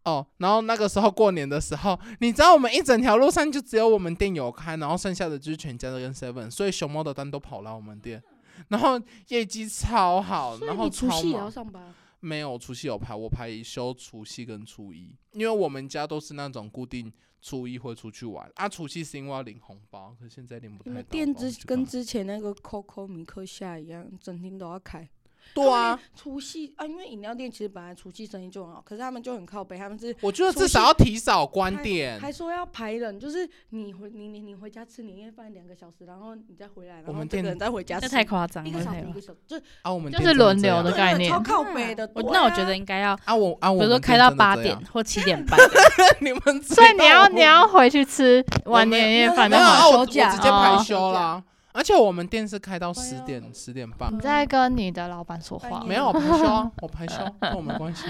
Speaker 4: 哦，然后那个时候过年的时候，你知道我们一整条路上就只有我们店有开，然后剩下的就是全家的跟 seven，所以熊猫的单都跑来我们店，然后业绩超好，
Speaker 3: 所以
Speaker 4: 哦然后
Speaker 3: 你除
Speaker 4: 超
Speaker 3: 夕也要
Speaker 4: 忙。
Speaker 3: 上班啊。
Speaker 4: 没有除夕有排，我排休除夕跟初一，因为我们家都是那种固定初一会出去玩啊，除夕是因为要领红包，可是现在领不
Speaker 3: 你
Speaker 4: 太
Speaker 3: 们
Speaker 4: 到。
Speaker 3: 店
Speaker 4: 不知道
Speaker 3: 之
Speaker 4: 去干
Speaker 3: 跟
Speaker 4: 嘛
Speaker 3: 之前那个 Coco 米克夏一样，整天都要开。
Speaker 4: 对啊，，
Speaker 3: 除夕啊，因为饮料店其实本来除夕生意就很好，可是他们就很靠北，他们是
Speaker 4: 我觉得
Speaker 3: 除
Speaker 4: 至少
Speaker 3: 夕
Speaker 4: 要提早关店。
Speaker 3: 还说要排人，就是你回你你你回家吃年夜饭两个小时，然后你再回来，
Speaker 4: 我
Speaker 3: 然后
Speaker 4: 们
Speaker 3: 这
Speaker 4: 店
Speaker 3: 个人再回家
Speaker 1: 这
Speaker 3: 吃，
Speaker 1: 太夸张
Speaker 3: 一个
Speaker 1: 了，
Speaker 3: 小
Speaker 1: 太
Speaker 3: 时
Speaker 1: 夸张
Speaker 3: 一个小时，就是
Speaker 4: 啊，我们
Speaker 2: 就
Speaker 4: 店
Speaker 2: 是
Speaker 4: 真
Speaker 2: 轮
Speaker 4: 这
Speaker 2: 流
Speaker 4: 样
Speaker 2: 的
Speaker 3: 对啊
Speaker 2: 概念
Speaker 3: 超靠北的。
Speaker 1: 嗯我
Speaker 3: 对
Speaker 1: 那我
Speaker 3: 啊
Speaker 1: 觉得应该要，
Speaker 4: 啊，我啊，
Speaker 1: 比
Speaker 4: 我
Speaker 1: 如说
Speaker 4: 们
Speaker 1: 开
Speaker 4: 店
Speaker 1: 到
Speaker 4: 真的
Speaker 1: 八
Speaker 4: 这
Speaker 1: 点
Speaker 4: 样，
Speaker 1: 或七点 半这样，
Speaker 4: 你们知
Speaker 2: 所以你
Speaker 4: 道
Speaker 2: 要
Speaker 4: 我
Speaker 2: 你要回去吃晚
Speaker 4: 没有
Speaker 2: 年夜
Speaker 3: 没有
Speaker 2: 饭
Speaker 4: 没
Speaker 2: 的
Speaker 4: 有
Speaker 2: 话
Speaker 4: 啊，我
Speaker 3: 休
Speaker 4: 我直接
Speaker 3: 假
Speaker 4: 排
Speaker 2: 哦
Speaker 4: 休啦。而且我们店是开到十点
Speaker 3: 啊
Speaker 4: 十点半
Speaker 2: 你，在跟你的老板说话
Speaker 3: 半夜
Speaker 4: 啊没有我排休啊，我排休跟我没关系。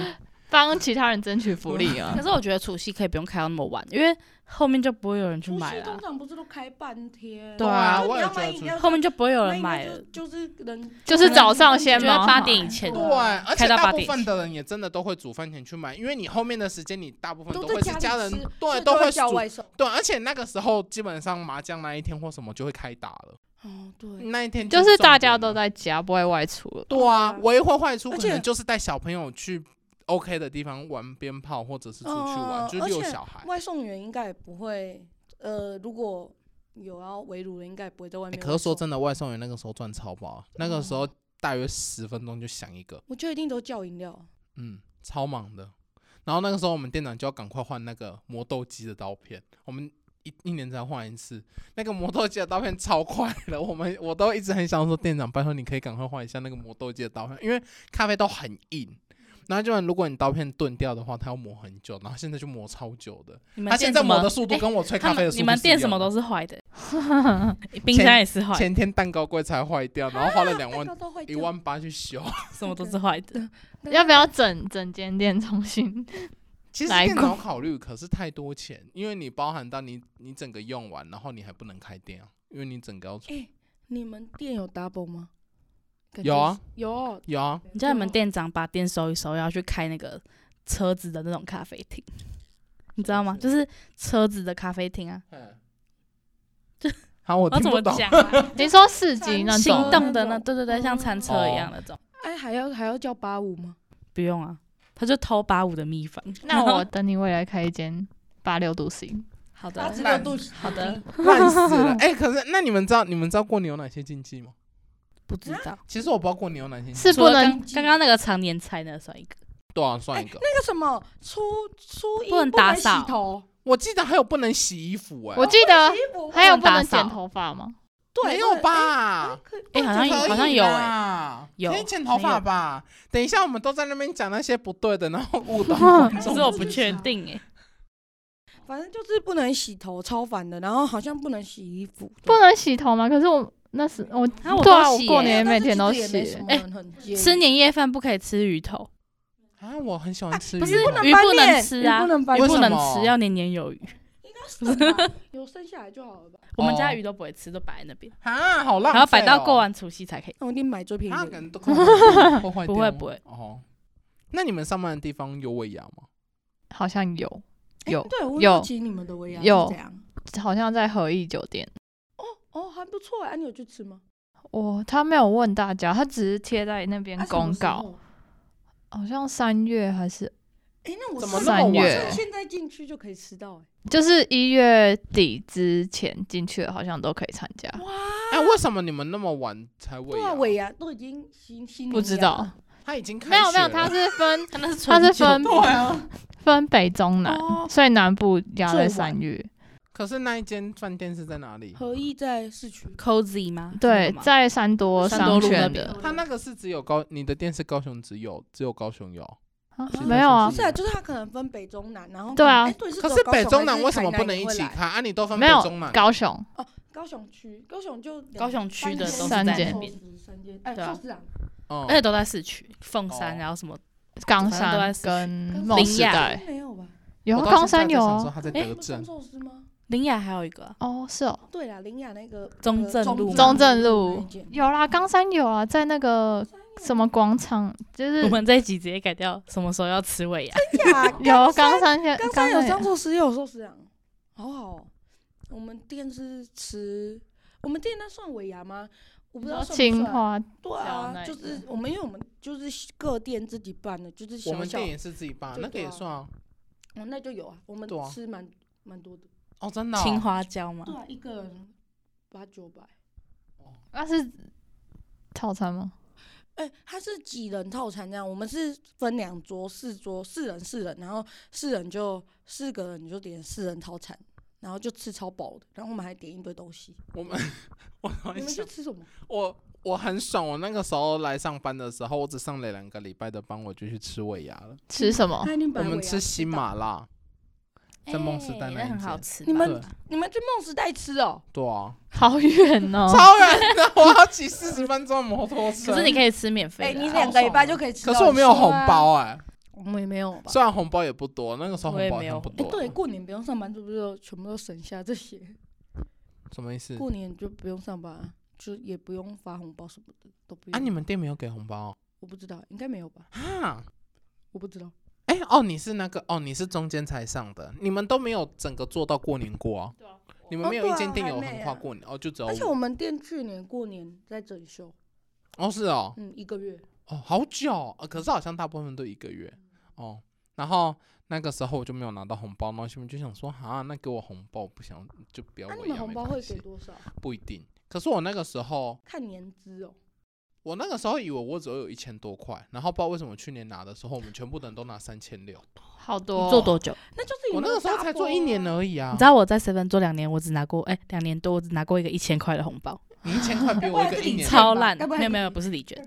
Speaker 2: 帮其他人争取福利啊
Speaker 1: 可。是我觉得除夕可以不用开到那么晚，因为后面就不会有人去
Speaker 3: 除
Speaker 1: 买
Speaker 3: 夕
Speaker 1: 了啊
Speaker 3: 通，常不是都开半天？
Speaker 1: 对啊
Speaker 3: 就是
Speaker 4: 我
Speaker 3: 你要
Speaker 4: 也觉得
Speaker 3: 买
Speaker 4: 是
Speaker 3: 饮料，
Speaker 1: 后面就不会有人
Speaker 3: 那
Speaker 1: 买
Speaker 3: 应该
Speaker 1: 了，
Speaker 3: 就就是人
Speaker 2: 就是早上先
Speaker 1: 就
Speaker 2: 忙
Speaker 1: 在
Speaker 2: 好
Speaker 1: 八点以前
Speaker 3: 对。啊
Speaker 4: 对，啊而且
Speaker 1: 开到
Speaker 4: 大
Speaker 1: 八
Speaker 4: 部
Speaker 1: 点
Speaker 4: 分的人也真的都会煮饭前去买，因为你后面的时间你大部分
Speaker 3: 都
Speaker 4: 哦会是
Speaker 3: 在
Speaker 4: 家
Speaker 3: 里
Speaker 4: 人
Speaker 3: 吃所
Speaker 4: 对
Speaker 3: 以都
Speaker 4: 会
Speaker 3: 叫
Speaker 4: 煮
Speaker 3: 外送。
Speaker 4: 对，而且那个时候基本上麻将那一天或什么就会开打了，
Speaker 3: 哦，对，
Speaker 4: 那一天
Speaker 2: 就是大家
Speaker 4: 重点啊
Speaker 2: 都
Speaker 4: 了
Speaker 2: 在家，不会外出了。
Speaker 4: 对啊，
Speaker 3: 对啊
Speaker 4: 唯一会坏处
Speaker 3: 而
Speaker 4: 可能
Speaker 3: 且
Speaker 4: 就是带小朋友去 OK 的地方玩鞭炮，或者是出去玩，
Speaker 3: 呃
Speaker 4: 就是
Speaker 3: 而
Speaker 4: 遛
Speaker 3: 且
Speaker 4: 小孩。
Speaker 3: 外送员应该也不会，呃，如果有要围炉的，应该也不会在外
Speaker 4: 欸
Speaker 3: 面。
Speaker 4: 可是说真的，外送员那个时候赚超爆啊，那个时
Speaker 3: 嗯
Speaker 4: 候大约十分钟就响一个，
Speaker 3: 我觉得一定都叫饮料。
Speaker 4: 嗯，超忙的。然后那个时候我们店长就要赶快换那个磨豆机的刀片，我们一一年才换一次，那个磨豆机的刀片超快的，我们我都一直很想说店长，拜托你可以赶快换一下那个磨豆机的刀片，因为咖啡豆很硬。然后就如果你刀片钝掉的话，它要磨很久，然后现在就磨超久的。
Speaker 1: 你们
Speaker 4: 它现
Speaker 1: 店
Speaker 4: 在
Speaker 1: 什
Speaker 4: 磨
Speaker 1: 么
Speaker 4: 的速度
Speaker 1: 哎
Speaker 4: 跟我吹
Speaker 1: 他
Speaker 4: 咖啡
Speaker 1: 们
Speaker 4: 的速度
Speaker 1: 你们
Speaker 4: 是一
Speaker 1: 店什
Speaker 4: 样
Speaker 1: 么
Speaker 4: 的
Speaker 1: 都是坏 的，冰箱也是坏，啊
Speaker 4: 前天蛋糕柜才坏掉，然后花了两
Speaker 3: 蛋
Speaker 4: 万
Speaker 3: 糕都会
Speaker 4: 一万八去修。
Speaker 1: 什么都是坏的。
Speaker 2: 要不要整整间店重新？
Speaker 4: 其实
Speaker 2: 来
Speaker 4: 电
Speaker 2: 过
Speaker 4: 脑考虑，可是太多钱，因为你包含到你你整个用完，然后你还不能开店啊，因为你整个要出
Speaker 3: 哎、你们店有 double 吗？感
Speaker 4: 有
Speaker 3: 觉
Speaker 4: 啊
Speaker 3: 是，有。
Speaker 4: 有啊，
Speaker 1: 你叫你们店长把店收一收，要去开那个车子的那种咖啡厅，你知道吗？就是车子的咖啡厅啊，
Speaker 4: 好，我
Speaker 1: 我
Speaker 4: 听
Speaker 1: 怎
Speaker 4: 不
Speaker 1: 么
Speaker 4: 懂。
Speaker 1: 讲啊？
Speaker 2: 你说市集那
Speaker 3: 那
Speaker 1: 心
Speaker 3: 种
Speaker 2: 种，
Speaker 1: 动的
Speaker 3: 那
Speaker 1: 呢？
Speaker 3: 种
Speaker 1: 对对对，像餐车一样
Speaker 4: 哦
Speaker 1: 那种。
Speaker 3: 哎，还要还要叫八五吗？
Speaker 1: 不用啊，他就偷八五的秘方。
Speaker 2: 那我等你未来开一间八六度 C，
Speaker 3: 嗯
Speaker 1: 好
Speaker 3: 八
Speaker 1: 的
Speaker 3: 十
Speaker 4: 那
Speaker 3: 六度
Speaker 1: 好的，
Speaker 4: 烂死了。哎、可是那你们知道你们知道过年有哪些禁忌吗？
Speaker 1: 不知道，
Speaker 4: 其实我不知道过年有哪些禁忌，
Speaker 2: 是
Speaker 1: 啊除
Speaker 2: 不
Speaker 1: 了
Speaker 2: 能
Speaker 1: 刚刚刚那个常年菜那算一个，
Speaker 4: 多少算一个、
Speaker 3: 那个什么初初一
Speaker 1: 不能打扫
Speaker 3: 洗头，
Speaker 4: 我记得还有不能洗衣服、哎，
Speaker 2: 我记得
Speaker 3: 洗衣服
Speaker 2: 还有不能
Speaker 1: 不能打扫
Speaker 2: 剪头发吗？
Speaker 3: 对
Speaker 4: 没有？
Speaker 3: 哎哎
Speaker 4: 吧？
Speaker 3: 可以
Speaker 1: 哎，好像有
Speaker 4: 可以
Speaker 1: 好像有哎，
Speaker 4: 啦
Speaker 1: 有
Speaker 4: 可以剪头
Speaker 1: 好
Speaker 4: 发
Speaker 1: 像有
Speaker 4: 吧？等一下我们都在那边讲那些不对的，然后误导观
Speaker 1: 其
Speaker 4: 众
Speaker 1: 实我不确定哎，
Speaker 3: 反正就是不能洗头，超烦的。然后好像不能洗衣服，
Speaker 2: 不能洗头吗？可是我那时我
Speaker 1: 啊我
Speaker 2: 对啊，
Speaker 1: 都
Speaker 2: 我
Speaker 1: 洗
Speaker 2: 过
Speaker 1: 欸
Speaker 2: 年
Speaker 3: 哎但
Speaker 2: 每
Speaker 3: 是
Speaker 2: 天
Speaker 3: 其
Speaker 2: 都
Speaker 3: 实也
Speaker 2: 洗
Speaker 3: 没什
Speaker 2: 欸。
Speaker 3: 么
Speaker 1: 哎
Speaker 3: 人很介意
Speaker 1: 吃年夜饭不可以吃鱼头，
Speaker 4: 啊，我很喜欢吃鱼
Speaker 1: 不
Speaker 4: 头，
Speaker 1: 是
Speaker 3: 能
Speaker 1: 鱼
Speaker 3: 翻
Speaker 1: 不能
Speaker 3: 面
Speaker 1: 吃啊，
Speaker 3: 鱼不能翻
Speaker 1: 鱼
Speaker 4: 面
Speaker 1: 不
Speaker 4: 为什
Speaker 1: 能
Speaker 4: 么
Speaker 1: 吃，要年年有余。
Speaker 3: 有剩下来就好了吧？
Speaker 1: 我们家
Speaker 4: 哦
Speaker 1: 鱼都不会吃，都摆在那边，
Speaker 4: 啊，好浪
Speaker 1: 然
Speaker 4: 费、哦，
Speaker 1: 后摆到过完除夕才可以。
Speaker 3: 那我一定买最便
Speaker 4: 啊，
Speaker 3: 宜
Speaker 4: 可
Speaker 3: 的。
Speaker 4: 能都快坏会坏
Speaker 1: 不
Speaker 4: 掉
Speaker 1: 会
Speaker 4: 吗
Speaker 1: 不会
Speaker 4: 哦。那你们上班的地方有尾牙吗？
Speaker 2: 好像有，
Speaker 3: 哎
Speaker 2: 有
Speaker 3: 对，我
Speaker 2: 有
Speaker 3: 好奇你们的维亚是
Speaker 2: 有
Speaker 3: 怎样？
Speaker 2: 好像在和益酒店。
Speaker 3: 哦哦，还不错哎，啊你有去吃吗？
Speaker 2: 我、他没有问大家，他只是贴在那边
Speaker 3: 啊什么
Speaker 2: 公
Speaker 3: 时
Speaker 2: 告，
Speaker 3: 候
Speaker 2: 好像三月还是
Speaker 3: 哎，那我
Speaker 4: 怎么
Speaker 3: 是
Speaker 4: 那么
Speaker 2: 三
Speaker 4: 晚
Speaker 2: 月
Speaker 4: 啊
Speaker 3: 像现在进去就可以吃到哎。
Speaker 2: 就是一月底之前进去的，好像都可以参加。
Speaker 3: 啊
Speaker 4: 哎、为什么你们那么晚才尾
Speaker 3: 对
Speaker 4: 牙？
Speaker 3: 啊，尾牙都已经新新
Speaker 2: 不
Speaker 3: 年
Speaker 2: 知
Speaker 3: 牙
Speaker 2: 道
Speaker 3: 了，哦
Speaker 4: 他已经开
Speaker 2: 没有没有，
Speaker 4: 学
Speaker 2: 它
Speaker 4: 了
Speaker 2: 是分
Speaker 1: 那是
Speaker 2: 它
Speaker 1: 纯
Speaker 2: 是
Speaker 1: 酒
Speaker 2: 分
Speaker 4: 对啊。
Speaker 2: 分北中南，
Speaker 3: 哦
Speaker 2: 所以南部压在
Speaker 3: 最晚
Speaker 2: 三月。
Speaker 4: 可是那一间饭店是在哪里？
Speaker 3: 合意在市区。
Speaker 1: cozy 吗？
Speaker 2: 对
Speaker 1: 是那个，吗
Speaker 2: 在山多
Speaker 1: 山多
Speaker 2: 商
Speaker 1: 路那
Speaker 2: 圈
Speaker 1: 边
Speaker 2: 的
Speaker 4: 他那个是只有高，你的店是高雄只有只有高雄有，
Speaker 2: 啊
Speaker 4: 其他
Speaker 2: 没有啊
Speaker 4: 城
Speaker 3: 不
Speaker 4: 市
Speaker 3: 是啊，就是它可能分北中南，然后
Speaker 2: 对啊
Speaker 3: 哎对，是
Speaker 4: 可
Speaker 3: 只
Speaker 4: 是
Speaker 3: 有高
Speaker 4: 北
Speaker 3: 雄
Speaker 4: 中
Speaker 3: 还
Speaker 4: 南
Speaker 3: 是
Speaker 4: 为什
Speaker 3: 台
Speaker 4: 么不
Speaker 3: 南
Speaker 4: 能
Speaker 3: 也
Speaker 4: 一
Speaker 3: 会
Speaker 4: 起
Speaker 3: 来
Speaker 4: 开啊？你都分
Speaker 2: 没
Speaker 4: 北
Speaker 2: 有
Speaker 4: 中南，
Speaker 2: 高雄，
Speaker 3: 高雄区，高雄就两
Speaker 1: 高雄区
Speaker 3: 三
Speaker 1: 的
Speaker 3: 间
Speaker 2: 在那
Speaker 1: 都是边
Speaker 3: 寿司三间，哎，
Speaker 1: 对啊
Speaker 3: 寿司郎
Speaker 4: 嗯
Speaker 1: 而且都在市区，凤山，
Speaker 4: 哦
Speaker 1: 然后什么
Speaker 2: 冈
Speaker 1: 反正都在
Speaker 2: 山
Speaker 1: 市区
Speaker 2: 跟
Speaker 3: 冈
Speaker 2: 梦时
Speaker 1: 山林雅
Speaker 2: 代
Speaker 3: 没有吧？
Speaker 2: 有
Speaker 4: 我
Speaker 2: 啊
Speaker 4: 到
Speaker 2: 冈
Speaker 4: 现
Speaker 2: 山
Speaker 4: 在在
Speaker 2: 有
Speaker 4: 想说
Speaker 2: 啊。
Speaker 4: 他在
Speaker 1: 哎
Speaker 4: 德
Speaker 3: 送
Speaker 4: 政，
Speaker 3: 寿司吗？
Speaker 1: 林雅，还有一个啊
Speaker 2: 哦，是哦，
Speaker 3: 对啦，林雅那个
Speaker 1: 中
Speaker 3: 那个
Speaker 1: 正路吗
Speaker 2: 中正
Speaker 3: 那
Speaker 2: 路
Speaker 3: 一间
Speaker 2: 有啦，冈山有啊，在那个什么广场，就是
Speaker 1: 我们这一集直接改掉，什么时候要吃尾牙？
Speaker 3: 呀，
Speaker 2: 有
Speaker 3: 冈
Speaker 2: 冈山县，
Speaker 3: 冈
Speaker 2: 冈
Speaker 3: 山有
Speaker 2: 有
Speaker 3: 张寿司，也有寿司郎，好好哦。我们店是吃，我们店那算尾牙吗？我不知道算不
Speaker 2: 青
Speaker 3: 算。
Speaker 2: 花
Speaker 3: 对
Speaker 2: 小
Speaker 3: 啊，
Speaker 2: 奶
Speaker 3: 就是我们，因为我们就是各店自己办的，就是
Speaker 4: 我
Speaker 3: 小
Speaker 4: 们
Speaker 3: 小
Speaker 4: 店，也是自己办，
Speaker 3: 对
Speaker 4: 那个也
Speaker 3: 对啊
Speaker 4: 算啊。
Speaker 3: 哦，那就有啊。我们
Speaker 4: 对啊
Speaker 3: 吃蛮蛮多的，
Speaker 4: 哦，真的哦，
Speaker 1: 青花椒吗
Speaker 3: 对？啊，一个人八九百。
Speaker 2: 那啊是套餐吗？
Speaker 3: 哎、它是几人套餐这样？我们是分两桌，四桌，四人四人，然后四人就四个人你就点四人套餐，然后就吃超饱的，然后我们还点一堆东西。
Speaker 4: 我们 我突然
Speaker 3: 你们
Speaker 4: 想
Speaker 3: 去吃什么？
Speaker 4: 我我很爽，我那个时候来上班的时候，我只上了两个礼拜的班，我就去吃尾牙了。
Speaker 2: 吃什么？
Speaker 3: 那你
Speaker 4: 我们吃新麻辣，在梦时代
Speaker 1: 哎
Speaker 4: 那
Speaker 1: 那
Speaker 4: 一
Speaker 1: 很
Speaker 4: 间
Speaker 1: 好吃吧。
Speaker 3: 你们
Speaker 4: 对
Speaker 3: 你们去梦时代吃哦、
Speaker 4: 对啊，
Speaker 2: 好远哦！
Speaker 4: 超远的，我要骑四十分钟的摩托车。
Speaker 1: 可是你可以吃免
Speaker 3: 哎、
Speaker 1: 费的
Speaker 3: 你
Speaker 1: 啊，
Speaker 4: 俩
Speaker 3: 两个礼拜就可以吃到。
Speaker 4: 可是我没
Speaker 3: 你
Speaker 4: 有
Speaker 3: 说
Speaker 4: 红
Speaker 3: 啊
Speaker 4: 包哎、
Speaker 3: 我我们也没有吧？
Speaker 4: 虽然红包也不多，那个时候
Speaker 1: 我也
Speaker 4: 红包
Speaker 1: 没
Speaker 4: 也
Speaker 1: 有
Speaker 4: 不
Speaker 1: 红
Speaker 3: 哎、
Speaker 4: 多。
Speaker 3: 对，，过年不用上班，是不是就全部都省下这些？
Speaker 4: 什么意思？
Speaker 3: 过年就不用上班啊，就也不用发红包什么的，都不用。
Speaker 4: 啊，你们店没有给红包
Speaker 3: 我不知道，应该没有吧？
Speaker 4: 啊？
Speaker 3: 我不知道。
Speaker 4: 哎、哦，你是那个哦，你是中间才上的，你们都没有整个做到过年过啊？你们
Speaker 3: 哦
Speaker 4: 没有
Speaker 3: 对
Speaker 4: 一
Speaker 3: 啊
Speaker 4: 间店
Speaker 3: 还
Speaker 4: 有
Speaker 3: 没
Speaker 4: 横跨
Speaker 3: 啊
Speaker 4: 过年哦，就只有
Speaker 3: 而且我们店去年过年在整修，
Speaker 4: 哦是哦
Speaker 3: 嗯，一个月。
Speaker 4: 哦好久哦、呃可是好像大部分都一个月
Speaker 3: 嗯
Speaker 4: 哦。然后那个时候我就没有拿到红包，然后心里就想说啊，那给我红包，我不想就不要
Speaker 3: 啊，
Speaker 4: 我
Speaker 3: 你
Speaker 4: 一
Speaker 3: 们
Speaker 4: 样。
Speaker 3: 红
Speaker 4: 没
Speaker 3: 包
Speaker 4: 关
Speaker 3: 会
Speaker 4: 系
Speaker 3: 给多少？
Speaker 4: 不一定。可是我那个时候，
Speaker 3: 看年资哦。
Speaker 4: 我那个时候以为我只有一千多块，然后不知道为什么去年拿的时候，我们全部的人都拿三千六。
Speaker 2: 好多
Speaker 1: 你做多久？
Speaker 3: 那就是你
Speaker 4: 我
Speaker 3: 们
Speaker 4: 那个时候才做一年
Speaker 3: 呢。
Speaker 4: 而已啊
Speaker 1: 你知，道我在 seven 做两年，我只拿过哎两、年多，我只拿过一个一千块的红包，
Speaker 4: 你一千块比我一个一
Speaker 3: 该不
Speaker 4: 年
Speaker 3: 会是
Speaker 1: 超烂。
Speaker 3: 该不
Speaker 1: 没
Speaker 3: 会
Speaker 1: 有没有，不是礼券，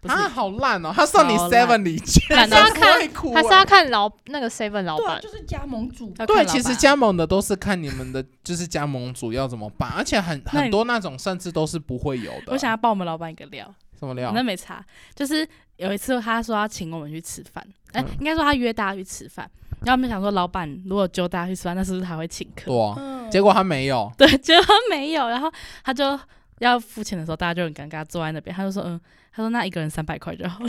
Speaker 1: 不是礼
Speaker 4: 啊，
Speaker 1: 券。
Speaker 4: 好烂哦！他送你
Speaker 1: 超烂
Speaker 4: seven 礼券，
Speaker 1: 懒得
Speaker 4: 真
Speaker 2: 要看
Speaker 4: 会哭
Speaker 2: 他是
Speaker 4: 欸
Speaker 2: 要看老那个 seven 老
Speaker 3: 对啊，
Speaker 2: 板，
Speaker 3: 就是加盟主。
Speaker 1: 要看
Speaker 4: 对，
Speaker 1: 老
Speaker 4: 其实
Speaker 1: 板
Speaker 4: 加盟的都是看你们的， 就是加盟主要怎么办，而且很
Speaker 1: 那
Speaker 4: 很
Speaker 1: 你
Speaker 4: 多那种甚至都是不会有的。
Speaker 1: 我想要爆我们老板一个料，
Speaker 4: 什么料
Speaker 1: 反？正没差。就是有一次他说要请我们去吃饭，哎、
Speaker 4: 嗯
Speaker 1: 应该说他约大家去吃饭，然后我们想说老板如果揪大家去吃饭，那是不是他会请客？
Speaker 4: 对啊，
Speaker 3: 嗯，
Speaker 4: 结果他没有，
Speaker 1: 对，结果没有，然后他就要付钱的时候，大家就很尴尬坐在那边，他就说嗯，他说那一个人三百块就好了，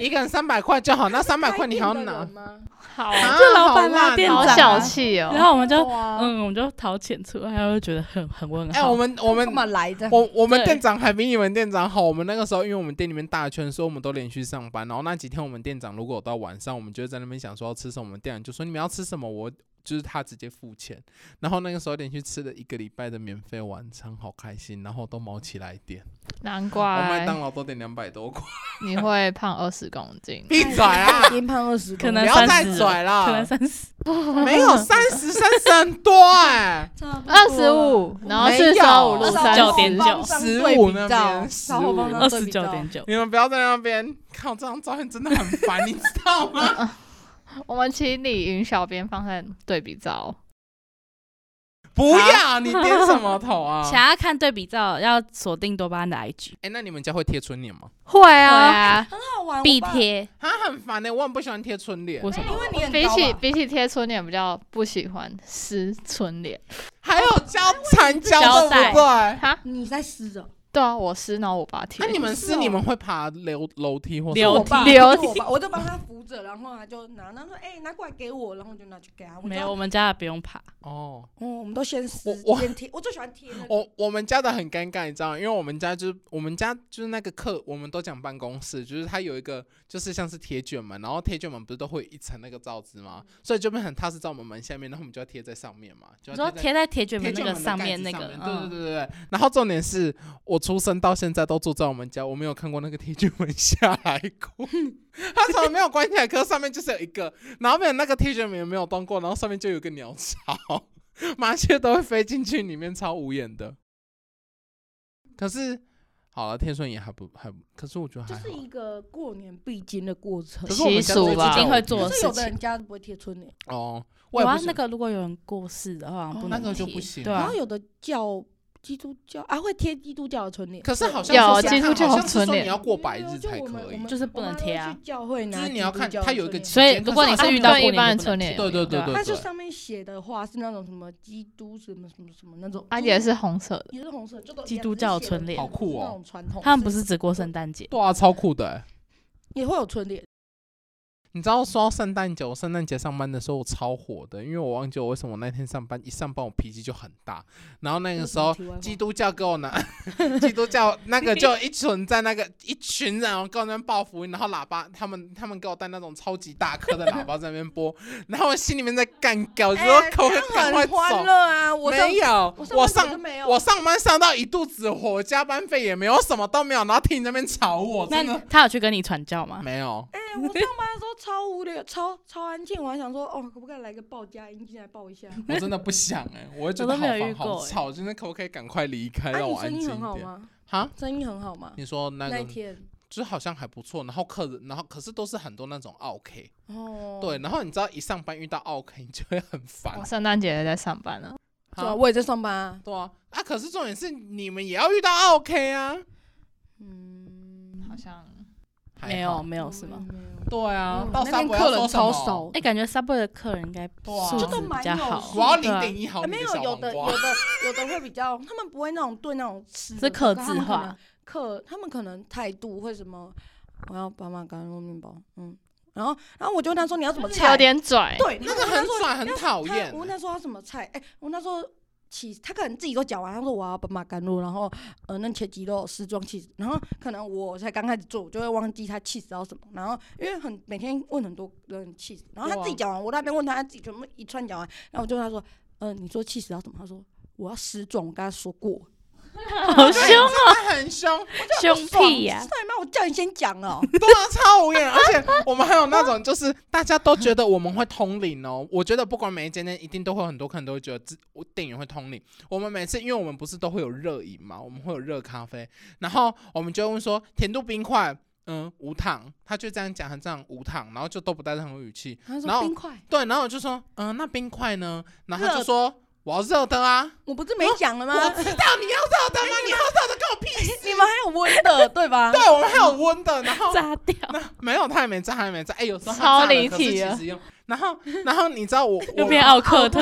Speaker 4: 一个人三百块就好，那三百
Speaker 3: 开
Speaker 4: 块你
Speaker 3: 店
Speaker 4: 还要
Speaker 3: 的
Speaker 4: 拿
Speaker 3: 人，吗？
Speaker 2: 好
Speaker 4: 啊
Speaker 1: 就老
Speaker 4: 好
Speaker 1: 板啊
Speaker 4: 烂哦
Speaker 1: 店
Speaker 2: 哦好
Speaker 1: 长啊
Speaker 2: 小气哦。
Speaker 1: 然后我们就
Speaker 4: 哇
Speaker 1: 嗯，我们就掏钱出来，然后就觉得很很问
Speaker 4: 哎、
Speaker 1: 号。
Speaker 4: 我们我们
Speaker 3: 干嘛来的？
Speaker 4: 我我们
Speaker 1: 对
Speaker 4: 店长还比你们店长好。我们那个时候，因为我们店里面大圈，所以我们都连续上班。然后那几天我们店长如果有到晚上，我们就会在那边想说要吃什么，我们店长就说你们要吃什么，我就是他直接付钱。然后那个时候连续吃了一个礼拜的免费晚餐，好开心。然后都毛起来点，
Speaker 2: 难
Speaker 4: 我麦
Speaker 2: 怪
Speaker 4: 当劳都点两百多块，
Speaker 2: 你会胖二十公 斤，
Speaker 4: 闭嘴啊！
Speaker 3: 已经胖二十，
Speaker 1: 可
Speaker 4: 不
Speaker 1: 能
Speaker 4: 要
Speaker 1: 30
Speaker 4: 再
Speaker 1: 了
Speaker 4: 拽
Speaker 1: 可能
Speaker 4: 了，
Speaker 1: 三十，
Speaker 4: 没有三十，三十很多哎、
Speaker 2: 二十五，然后
Speaker 4: 没
Speaker 2: 四
Speaker 4: 有
Speaker 2: 十五路三
Speaker 1: 29点
Speaker 2: 十
Speaker 1: 九，
Speaker 4: 15那边
Speaker 3: 然后
Speaker 4: 15
Speaker 1: 二十九点九，
Speaker 4: 你们不要在那边看我这张照片，真的很烦，你知道吗？
Speaker 2: 我们请李云小编放在对比照，
Speaker 4: 不要，你点什么头 啊？
Speaker 1: 想要看对比照，要锁定多巴胺的 IG，
Speaker 4: 哎、那你们家会贴春联吗？
Speaker 2: 会
Speaker 1: 对
Speaker 2: 啊。
Speaker 1: 啊，
Speaker 3: 很好玩。
Speaker 1: 必
Speaker 3: 我爸，
Speaker 1: 贴，
Speaker 4: 他很烦欸呢、我很不喜欢贴春联，
Speaker 1: 为什么
Speaker 3: 因？为你很
Speaker 2: 比
Speaker 3: 高啊
Speaker 2: 起
Speaker 3: 吧
Speaker 2: 比起贴春联，比较不喜欢撕春联。
Speaker 4: 还有胶缠胶，
Speaker 1: 胶
Speaker 4: 对
Speaker 1: 带
Speaker 4: 不对？
Speaker 2: 哈，
Speaker 3: 你在撕着，
Speaker 2: 对啊，我撕，然后我爸贴。
Speaker 4: 啊那、你们是
Speaker 3: 是哦
Speaker 4: 你们会爬楼楼梯或
Speaker 1: 流
Speaker 4: 什
Speaker 3: 我
Speaker 4: 么
Speaker 1: 梯
Speaker 3: 爸
Speaker 2: 流
Speaker 3: 就我爸，我就帮他扶着，然后他就拿，他说：“哎，拿过来给我。”然后我就拿去给他。我就
Speaker 1: 没有，我，们家的不用怕，
Speaker 4: 哦，
Speaker 3: 嗯，我们都先撕
Speaker 4: 我我
Speaker 3: 先贴，我就喜欢贴那个。
Speaker 4: 我我们家的很尴尬，你知道吗？因为我们家就是我们家就是那个课，我们都讲办公室，就是它有一个就是像是铁卷门，然后铁卷门不是都会有一层那个罩子吗？所以就变成它是在我们门下面，然后我们就要贴在上面嘛，就
Speaker 1: 你说
Speaker 4: 要贴在
Speaker 1: 贴在铁卷门那
Speaker 4: 贴卷
Speaker 1: 个
Speaker 4: 门的
Speaker 1: 上
Speaker 4: 盖
Speaker 1: 面
Speaker 4: 子
Speaker 1: 那
Speaker 4: 上
Speaker 1: 个，
Speaker 4: 对对对
Speaker 1: 嗯，
Speaker 4: 对对。然后重点是我出生到现在都住在我们家，我没有看过那个铁卷门下来 过，它从来没有关起来，可是上面就是有一个，然后没有那个铁卷门也没有动过，然后上面就有一个鸟巢， 麻雀都会飞进去里面，超无眼的。可是好了，天顺也还不还不，可是我觉得还
Speaker 3: 就
Speaker 4: 好
Speaker 3: 是。一个过年必经的过程
Speaker 4: 可，是我们
Speaker 2: 习
Speaker 4: 家
Speaker 2: 俗
Speaker 4: 最近
Speaker 2: 吧
Speaker 1: 一定会
Speaker 4: 有
Speaker 1: 做
Speaker 3: 可
Speaker 1: 的
Speaker 3: 是有
Speaker 1: 事
Speaker 3: 的
Speaker 1: 情。
Speaker 3: 人家不会贴春联，
Speaker 4: 哦，我
Speaker 1: 有
Speaker 4: 也
Speaker 1: 啊
Speaker 4: 不，喜
Speaker 1: 那个如果有人过世的话，好像不
Speaker 3: 哦
Speaker 1: 能
Speaker 4: 那个就
Speaker 1: 贴
Speaker 4: 不行
Speaker 1: 对
Speaker 3: 然
Speaker 1: 啊
Speaker 3: 后，有的叫基督教啊，会贴基督教的春联。
Speaker 4: 可是好像
Speaker 2: 有
Speaker 1: 啊
Speaker 4: 是这样
Speaker 2: 基督教
Speaker 4: 好像是
Speaker 2: 春
Speaker 4: 说
Speaker 2: 联
Speaker 4: 你要过百
Speaker 3: 没有
Speaker 4: 日
Speaker 3: 就
Speaker 4: 才
Speaker 3: 我们
Speaker 4: 可以
Speaker 3: 我。们
Speaker 1: 就是不能贴啊
Speaker 3: 我妈都会去教会拿
Speaker 4: 就是
Speaker 3: 基督教的春联，
Speaker 4: 你要看它有一个
Speaker 1: 所以
Speaker 4: 可是
Speaker 1: 如果你
Speaker 4: 好像
Speaker 1: 是遇
Speaker 4: 不
Speaker 1: 到
Speaker 2: 跟
Speaker 1: 过
Speaker 2: 一般
Speaker 1: 年
Speaker 2: 人
Speaker 1: 就不能
Speaker 2: 春联
Speaker 1: 贴
Speaker 2: 有
Speaker 4: 对对对
Speaker 2: 啊
Speaker 4: 对，
Speaker 3: 它
Speaker 4: 对
Speaker 3: 就上面写的话是那种什么基督什么什么什么那种
Speaker 2: 啊，也是红色的，
Speaker 3: 也是红色，就都一样
Speaker 1: 基督教春联
Speaker 4: 好酷哦
Speaker 3: 那种传统，
Speaker 1: 他们不是只过圣诞节，
Speaker 4: 对啊，超酷的欸、
Speaker 3: 也会有春联，
Speaker 4: 你知道说到圣诞节，我圣诞节上班的时候我超火的，因为我忘记我为什么我那天上班，一上班我脾气就很大。然后那个时候
Speaker 3: 这是什么题外话
Speaker 4: 基督教给我拿， 基督教那个就一群在那个一群人，然哦后跟我那边报福音，然后喇叭他们他们给我带那种超级大颗的喇叭在那边播， 然后我心里面在干掉，就说
Speaker 3: 哎
Speaker 4: 可不可以赶快
Speaker 3: 很欢
Speaker 4: 走？
Speaker 3: 乐啊！我上
Speaker 4: 没有，我
Speaker 3: 我班怎么就
Speaker 4: 上
Speaker 3: 没有，
Speaker 4: 我上班上到一肚子火，我加班费也没有，什么都没有，然后听你那边吵我，哦真
Speaker 1: 那
Speaker 4: 的
Speaker 1: 他有去跟你传教 吗？
Speaker 4: 没有。
Speaker 3: 哎，我上班的时候超无聊，超超安静，我还想说哦，可不可以来个报佳音进来报一 下？啊，
Speaker 4: 我真的不想哎、我会觉
Speaker 1: 我
Speaker 4: 得
Speaker 1: 都没有
Speaker 4: 好
Speaker 1: 遇
Speaker 4: 烦
Speaker 1: 过
Speaker 4: 好
Speaker 1: 欸
Speaker 4: 吵，就是可不可以赶快离开，让
Speaker 3: 啊你
Speaker 4: 我安
Speaker 3: 生
Speaker 4: 静
Speaker 3: 意
Speaker 4: 一
Speaker 3: 很好
Speaker 4: 点。
Speaker 3: 吗？
Speaker 4: 哈，
Speaker 3: 生意很好吗？
Speaker 4: 你说那
Speaker 3: 那一
Speaker 4: 个
Speaker 3: 天
Speaker 4: 就是好像还不错，然后客人，然后可是都是很多那种 OK，
Speaker 3: 哦，
Speaker 4: 对，，然后你知道一上班遇到 OK，你就会很烦
Speaker 2: 我。圣诞节在上班了。
Speaker 3: 对啊，
Speaker 4: 哈
Speaker 3: 我也在上班啊，
Speaker 4: 对啊，啊，可是重点是你们也要遇到 OK 啊，
Speaker 3: 嗯，
Speaker 2: 好像
Speaker 4: 还
Speaker 1: 没有
Speaker 4: 好
Speaker 1: 没有是吗？？
Speaker 3: 没有，
Speaker 4: 对啊
Speaker 3: 嗯，
Speaker 4: 到
Speaker 3: 那
Speaker 4: 沙
Speaker 3: 边
Speaker 4: 博
Speaker 3: 客
Speaker 4: 要
Speaker 3: 人
Speaker 4: 说什
Speaker 3: 超
Speaker 4: 么
Speaker 3: 少
Speaker 1: 哎，感觉 Subway 的客人应该
Speaker 4: 对啊
Speaker 1: 素质
Speaker 4: 就都
Speaker 1: 比
Speaker 3: 蛮
Speaker 1: 较
Speaker 3: 有
Speaker 1: 好。
Speaker 4: 我要
Speaker 1: 对
Speaker 4: 零
Speaker 1: 啊
Speaker 4: 点一毫
Speaker 3: 哎
Speaker 4: 米
Speaker 3: 没
Speaker 4: 的
Speaker 3: 有
Speaker 4: 小
Speaker 3: 有
Speaker 4: 黄
Speaker 3: 的有
Speaker 4: 瓜，
Speaker 3: 的有的会比较，他们不会那种对那种 吃的
Speaker 1: 是
Speaker 3: 东西
Speaker 1: 克
Speaker 3: 他
Speaker 1: 制
Speaker 3: 们可
Speaker 1: 化
Speaker 3: 能克他们可能态度会什么，我要爸妈橄榄面包，嗯，然后然后我就问他说你要什么菜，
Speaker 5: 有点拽，
Speaker 3: 对，
Speaker 4: 那
Speaker 3: 然后
Speaker 4: 个
Speaker 3: 我跟他
Speaker 4: 很
Speaker 3: 说
Speaker 4: 拽，很讨厌啊
Speaker 3: 他。我那时候他什么菜？哎、我那时候起，他可能自己都讲完，他说我要本马甘露，然后呃那切鸡肉丝装 cheese，然后可能我才刚开始做，我就会忘记他 cheese 要什么，然后因为很每天问很多人 cheese，然后他自己讲完，我那边问他，他自己全部一串讲完，然后我就问他说，嗯、你说 cheese 要什么？他说我要丝装，我跟他说过。
Speaker 1: 啊好凶
Speaker 4: 对真的很凶，
Speaker 5: 凶屁呀、
Speaker 3: 对妈，我叫你先讲了、
Speaker 4: 对啊，超无言。而且我们还有那种，就是大家都觉得我们会通灵哦。我觉得不管每一间店，一定都会有很多客人都会觉得自我店员会通灵。我们每次，因为我们不是都会有热饮嘛，我们会有热咖啡，然后我们就会问说甜度冰块。嗯，无糖，他就这样讲，很这样无糖，然后就都不带任何语气。
Speaker 3: 他
Speaker 4: 然
Speaker 3: 说
Speaker 4: 后
Speaker 3: 冰块，
Speaker 4: 对，然后我就说，嗯、那冰块呢？然后他
Speaker 3: 热
Speaker 4: 就说，我要热的啊。
Speaker 3: 我不是没讲了吗？
Speaker 4: 我知道你要热的吗？你要热的跟我屁事。
Speaker 3: 你们还有温的对吧？
Speaker 4: 对，我们还有温的，然后
Speaker 5: 炸掉！
Speaker 4: 没有，他也没炸，他也没炸。哎、有时候他
Speaker 5: 超
Speaker 4: 炸了
Speaker 5: 离
Speaker 4: 可是
Speaker 5: 题啊
Speaker 4: 其
Speaker 5: 了
Speaker 4: 实用然后， 然后你知道我，
Speaker 1: 又
Speaker 4: 我
Speaker 1: 变奥克特，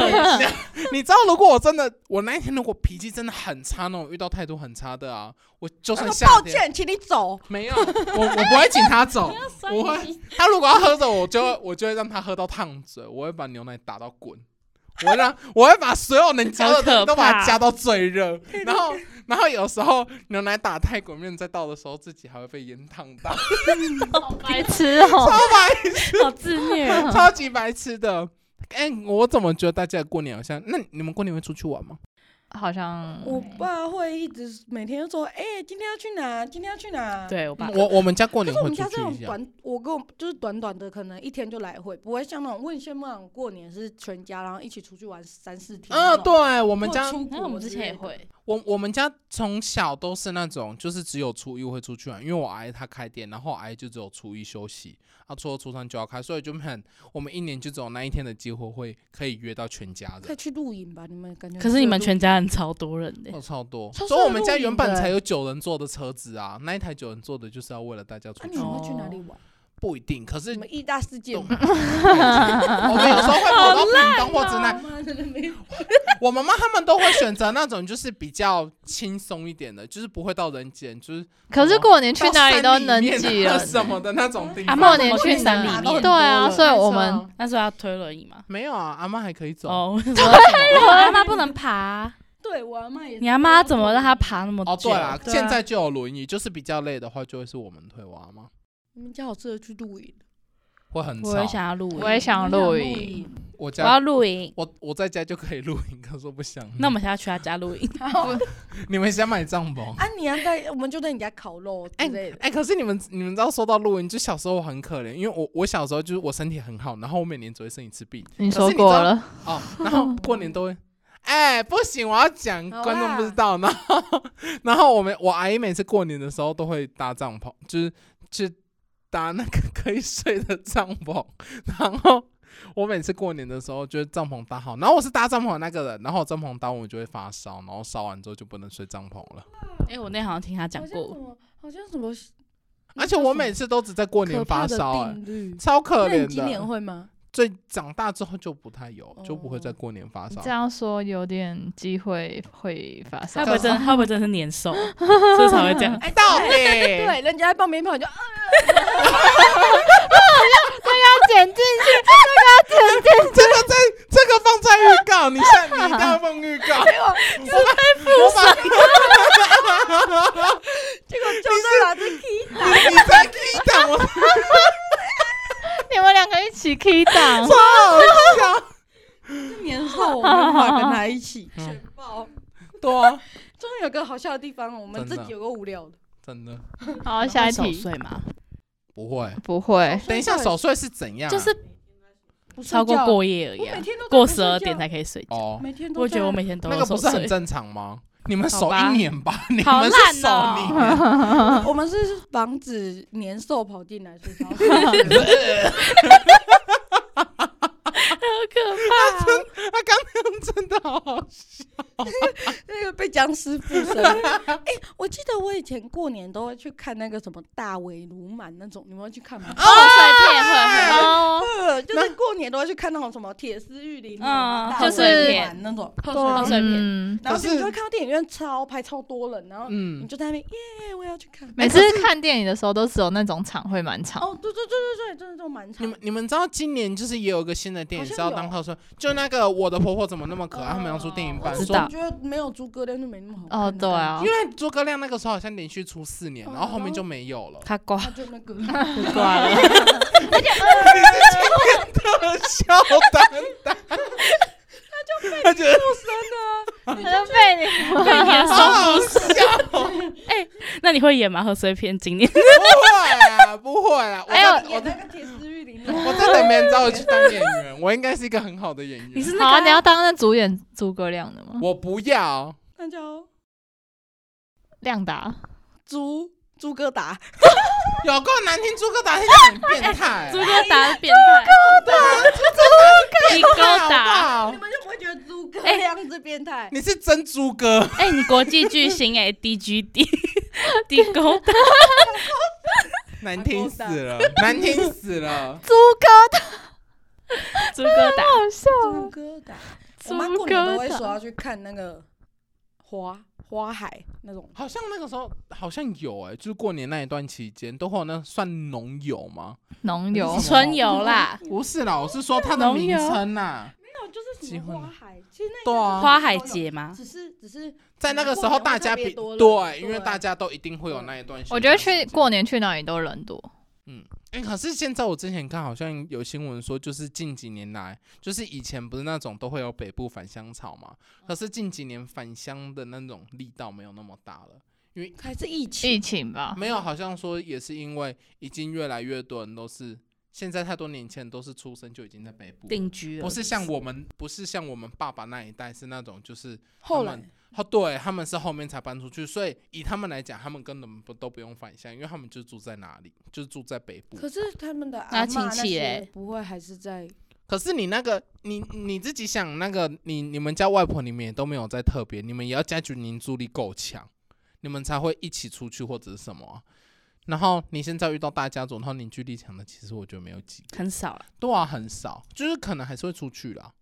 Speaker 4: 你知道，如果我真的，我那一天如果脾气真的很差，那种遇到态度很差的啊，我就
Speaker 3: 他
Speaker 4: 算
Speaker 3: 说
Speaker 4: 夏
Speaker 3: 抱
Speaker 4: 天
Speaker 3: 歉，请你走。
Speaker 4: 没有，我我不会请他走， 我会他如果要喝着，我就会我就会让他喝到烫嘴，我会把牛奶打到滚。我会让我会把所有能加的
Speaker 5: 好可
Speaker 4: 东西都把它
Speaker 5: 怕
Speaker 4: 加到最热，然后然后有时候牛奶打太滚面再倒的时候，自己还会被烟烫到，Oh
Speaker 5: 好白痴 哦、
Speaker 4: 超白
Speaker 5: 好自虐 哦、
Speaker 4: 超级白痴的。哎、我怎么觉得大家过年好像？那你们过年会出去玩吗？
Speaker 2: 好像
Speaker 3: 我爸会一直每天都说：“哎、今天要去哪？今天要去哪？”。
Speaker 1: 对我爸
Speaker 4: 我我们家过
Speaker 3: 嗯可
Speaker 4: 年
Speaker 3: 是我
Speaker 4: 会
Speaker 3: 们
Speaker 4: 出
Speaker 3: 家这
Speaker 4: 去
Speaker 3: 种
Speaker 4: 一下，
Speaker 3: 短，我跟我就是短短的，可能一天就来回，不会像那种问羡慕那种过年是全家，然后一起出去玩三四天。
Speaker 4: 嗯，，对，我
Speaker 3: 我
Speaker 4: 们家
Speaker 3: 出国
Speaker 1: 然后我们之前也
Speaker 3: 类的，
Speaker 1: 会，
Speaker 4: 我我们家从小都是那种，就是只有初一会出去玩，因为我阿姨她开店，然后我阿姨就只有初一休息，啊，初二初三就要开，所以就很我们一年就只有那一天的机会会可以约到全家
Speaker 3: 可以
Speaker 4: 人，
Speaker 3: 去露营吧？你们感觉？
Speaker 1: 可是你们全家人超多人的
Speaker 4: 哦，，超多，
Speaker 3: 超
Speaker 4: 所以
Speaker 3: 适合
Speaker 4: 我们家
Speaker 3: 露营
Speaker 4: 原本
Speaker 3: 的
Speaker 4: 才
Speaker 3: 欸
Speaker 4: 有九人座的车子啊，那一台九人座的就是要为了大家
Speaker 3: 啊，
Speaker 4: 出
Speaker 3: 你
Speaker 4: 去，
Speaker 3: 们会去哪里
Speaker 1: 哦
Speaker 3: 玩？
Speaker 4: 不一定，可是
Speaker 3: 你们意大世界
Speaker 4: 懂
Speaker 3: 吗？
Speaker 4: 我们有时候会跑到屏东或之
Speaker 3: 妈
Speaker 4: 内，
Speaker 3: 妈真的没有
Speaker 4: 我妈妈他们都会选择那种就是比较轻松一点的，就是不会到人挤人，就是
Speaker 2: 可是过年去哪里都能
Speaker 4: 到山里
Speaker 2: 挤
Speaker 4: 面啊
Speaker 2: 人，
Speaker 4: 什么的那种地
Speaker 2: 啊
Speaker 4: 方。
Speaker 1: 嬷
Speaker 2: 过
Speaker 1: 怎
Speaker 2: 年
Speaker 1: 么去山
Speaker 2: 哪
Speaker 1: 里
Speaker 2: 里
Speaker 1: 面
Speaker 2: 对啊，所以我
Speaker 4: 没
Speaker 2: 们
Speaker 4: 错
Speaker 1: 那时候要推轮椅嘛。
Speaker 4: 没有啊，阿妈还可以走。
Speaker 1: 哦，我想
Speaker 4: 对
Speaker 1: 说我阿妈不能爬啊，
Speaker 3: 对我阿妈也是。
Speaker 1: 你阿妈怎么让她？爬那么久？
Speaker 4: 哦，对啦，
Speaker 3: 对啊
Speaker 4: 现在就有轮椅，就是比较累的话，就会是我们推我阿妈，
Speaker 3: 你们家好适合去露营。
Speaker 4: 会很
Speaker 1: 我也
Speaker 4: 吵。
Speaker 1: 想要露
Speaker 2: 我也
Speaker 1: 营，嗯
Speaker 2: 想露营，，
Speaker 4: 我
Speaker 5: 我
Speaker 4: 家
Speaker 5: 要露营，
Speaker 4: 我我在家就可以露营，可是我不想。
Speaker 1: 那我们现在去她家露营，
Speaker 4: 你们想买帐篷？
Speaker 3: 啊，你要在，我们就在你家烤肉之
Speaker 4: 哎
Speaker 3: 类的。
Speaker 4: 哎、可是你们你们知道，说到露营，就小时候我很可怜，因为我我小时候就是我身体很好，然后我每年只会生一次病
Speaker 2: 你说过了，
Speaker 4: 哦，然后过年都会。哎、不行，我要讲，
Speaker 3: 好
Speaker 4: 观众不
Speaker 3: 啦
Speaker 4: 知道。然后， 然后我们我阿姨每次过年的时候都会搭帐篷，就是去搭那个可以睡的帐篷。 然后我每次过年的时候，就是帐篷搭好，然后我是搭帐篷的那个人，然后我帐篷搭完我就会发烧，然后烧完之后就不能睡帐篷了。
Speaker 1: 哎，我那天好像听她讲
Speaker 3: 好像什
Speaker 1: 过，
Speaker 3: 么，好像什么。
Speaker 4: 而且我每次都只在过年
Speaker 3: 可
Speaker 4: 发
Speaker 3: 怕的
Speaker 4: 烧、哎，
Speaker 3: 定律。
Speaker 4: 超可
Speaker 3: 那你
Speaker 4: 怜
Speaker 3: 今年
Speaker 4: 的。
Speaker 3: 会吗？
Speaker 4: 最长大之后就不太有，就不会在
Speaker 3: 哦
Speaker 4: 过年发
Speaker 2: 你
Speaker 4: 烧
Speaker 2: 这。样说有点机会会发
Speaker 1: 她
Speaker 2: 生
Speaker 1: 会不。会真的，她会不会真的是年兽，所以才会这 样？
Speaker 3: 哎，
Speaker 4: 到底
Speaker 3: 对，人家在放鞭炮你就啊，
Speaker 2: 剪进
Speaker 4: 这个在这个放在预告，你下你一定要放 预告。
Speaker 1: 哎
Speaker 4: 我把
Speaker 3: 结果就在哪只 key
Speaker 4: 我把你你在 K 档，我
Speaker 2: 你们两个一起 key 档，
Speaker 4: 超好笑。
Speaker 3: 年兽，我没办法跟他一起
Speaker 4: 嗯
Speaker 3: 全爆。
Speaker 4: 对啊，
Speaker 3: 终于有个好笑的地方，我们
Speaker 4: 真的
Speaker 3: 自己有个无聊的。
Speaker 4: 真的
Speaker 2: 好，下一
Speaker 1: 手
Speaker 2: 题
Speaker 1: 碎嘛，
Speaker 4: 不会。
Speaker 2: 不会，
Speaker 4: 等一下，守岁是怎样啊？
Speaker 1: 就是
Speaker 3: 不睡
Speaker 1: 超过
Speaker 3: 觉，
Speaker 1: 过夜而
Speaker 3: 我
Speaker 1: 已啊
Speaker 3: 每，天都在
Speaker 1: 过
Speaker 3: 睡
Speaker 1: 十
Speaker 3: 觉
Speaker 1: 二点，才可以睡觉。
Speaker 4: 哦，
Speaker 3: 每天都在。
Speaker 1: 我觉得我每天都
Speaker 4: 那
Speaker 1: 有
Speaker 4: 个不
Speaker 1: 守
Speaker 4: 是很
Speaker 1: 岁，
Speaker 4: 正常吗？你们守
Speaker 1: 好吧
Speaker 4: 一 年吧，你
Speaker 1: 好
Speaker 4: 们是守
Speaker 1: 烂
Speaker 4: 你
Speaker 1: 哦
Speaker 4: 年。
Speaker 3: 我们是防止年兽跑进来睡觉。
Speaker 1: 好可怕哦！
Speaker 4: 他刚刚真的好好笑，
Speaker 3: 那个被僵尸附身。哎、我记得我以前过年都会去看那个什么大围炉满那种，你们会去看吗？
Speaker 5: 哦，碎片会会哦，
Speaker 3: 呃， 就是过年都会去看那种什么铁丝玉林
Speaker 1: 嗯
Speaker 3: 啊，
Speaker 1: 就是
Speaker 3: 玩那种，
Speaker 1: 贺
Speaker 3: 对 啊
Speaker 1: 岁哦片，
Speaker 2: 嗯，
Speaker 3: 然后
Speaker 4: 可
Speaker 3: 你
Speaker 4: 是
Speaker 3: 就会看到电影院超排超多人，然后你
Speaker 4: 嗯，
Speaker 3: 就在那边耶，我要去看。
Speaker 2: 每次看电影的时候都只有那种场会蛮长，
Speaker 3: 哦，对对对对对，真的都蛮
Speaker 4: 你
Speaker 3: 长
Speaker 4: 们。你们知道今年就是也有一个新的电影
Speaker 3: 好
Speaker 4: 是
Speaker 3: 像
Speaker 4: 要
Speaker 3: 有
Speaker 4: 当特色，就那个我的婆婆怎么那么可爱，他们要出电影版，
Speaker 1: 知
Speaker 4: 说
Speaker 1: 道
Speaker 3: 我觉得没有诸葛亮就没那么好看
Speaker 2: 哦，对，啊
Speaker 4: 因，为诸葛亮那个时候好像连续出四年，
Speaker 3: 哦
Speaker 4: 然后后面就没有了。
Speaker 1: 他 挂
Speaker 3: 那就那个
Speaker 1: 挂了。
Speaker 4: 特效担当，他就被
Speaker 5: 被你被 严
Speaker 4: 好好笑，
Speaker 1: 那你会演吗？贺岁片今年
Speaker 4: 不会啊，不会啊，我
Speaker 5: 还有
Speaker 4: 在我
Speaker 3: 演
Speaker 4: 在
Speaker 3: 那个铁丝玉林。
Speaker 4: 我在等别人找我去当演员，我应该是一个很好的演员。
Speaker 1: 你是
Speaker 2: 好啊，
Speaker 1: 那
Speaker 2: 你
Speaker 1: 个啊
Speaker 2: 要当那主演诸葛亮的吗？
Speaker 4: 我不要，
Speaker 3: 那叫
Speaker 2: 亮达，
Speaker 3: 诸诸葛达，
Speaker 4: 有够难听，诸葛打听起来很 变态，啊
Speaker 1: 诸葛达的变态，
Speaker 4: 你
Speaker 1: 诸葛达，
Speaker 3: 你们就不会觉得诸葛亮是变态？
Speaker 4: 你是真诸葛，
Speaker 1: 哎，你国际巨星哎，DGD，地沟达，
Speaker 4: 难听死了，难听死了。
Speaker 2: 诸葛
Speaker 1: 诸葛达，
Speaker 2: 好笑，
Speaker 3: 诸葛达，我妈过年都会说要去看那个花花海那种。
Speaker 4: 好像那个时候好像有哎、就是过年那一段期间都会有那算农友吗？
Speaker 2: 农友
Speaker 4: 哦
Speaker 1: 春游啦，
Speaker 2: 嗯
Speaker 4: 不是啦，我是说它的
Speaker 1: 农
Speaker 4: 名
Speaker 1: 友
Speaker 4: 称啊呐，
Speaker 2: 啊
Speaker 3: 那就是
Speaker 4: 什么花
Speaker 3: 海，其实
Speaker 4: 对啊，
Speaker 1: 花海节吗？
Speaker 3: 只是只是
Speaker 4: 在那个时候大家比
Speaker 3: 过年会特别多人
Speaker 4: 对，因为
Speaker 3: 对
Speaker 4: 大家都一定会有那一段。
Speaker 2: 啊我觉得去过，年去哪里都人多，
Speaker 4: 哎、可是现在我之前看好像有新闻说，就是近几年来，就是以前不是那种都会有北部返乡潮嘛，
Speaker 2: 嗯
Speaker 4: 可是近几年返乡的那种力道没有那么大了。
Speaker 3: 还是疫情，
Speaker 2: 疫情吧，
Speaker 4: 没有，好像说也是因为已经越来越多人都是现在太多年轻人都是出生就已经在北部了，
Speaker 1: 定居了，
Speaker 4: 不是像我们不是像我们爸爸那一代是那种就是
Speaker 3: 后
Speaker 4: 他
Speaker 3: 来
Speaker 4: 们哦对他们是后面才搬出去，所以以他们来讲，他们根本不都不用返乡，因为他们就住在哪里，就是住在北部。
Speaker 3: 可是他们的
Speaker 1: 那
Speaker 3: 阿嬷
Speaker 1: 亲戚
Speaker 3: 些
Speaker 1: 嘞
Speaker 3: 不会还是在
Speaker 4: 可是你那个你你自己想那个你你们家外婆你们也都没有在特别，你们也要家族凝聚力够强，你们才会一起出去或者是什么啊、然后你现在遇到大家族，然后凝聚力强的，其实我觉得没有几个，
Speaker 1: 很少了。
Speaker 4: 对啊，很少，就是可能还是会出去啦。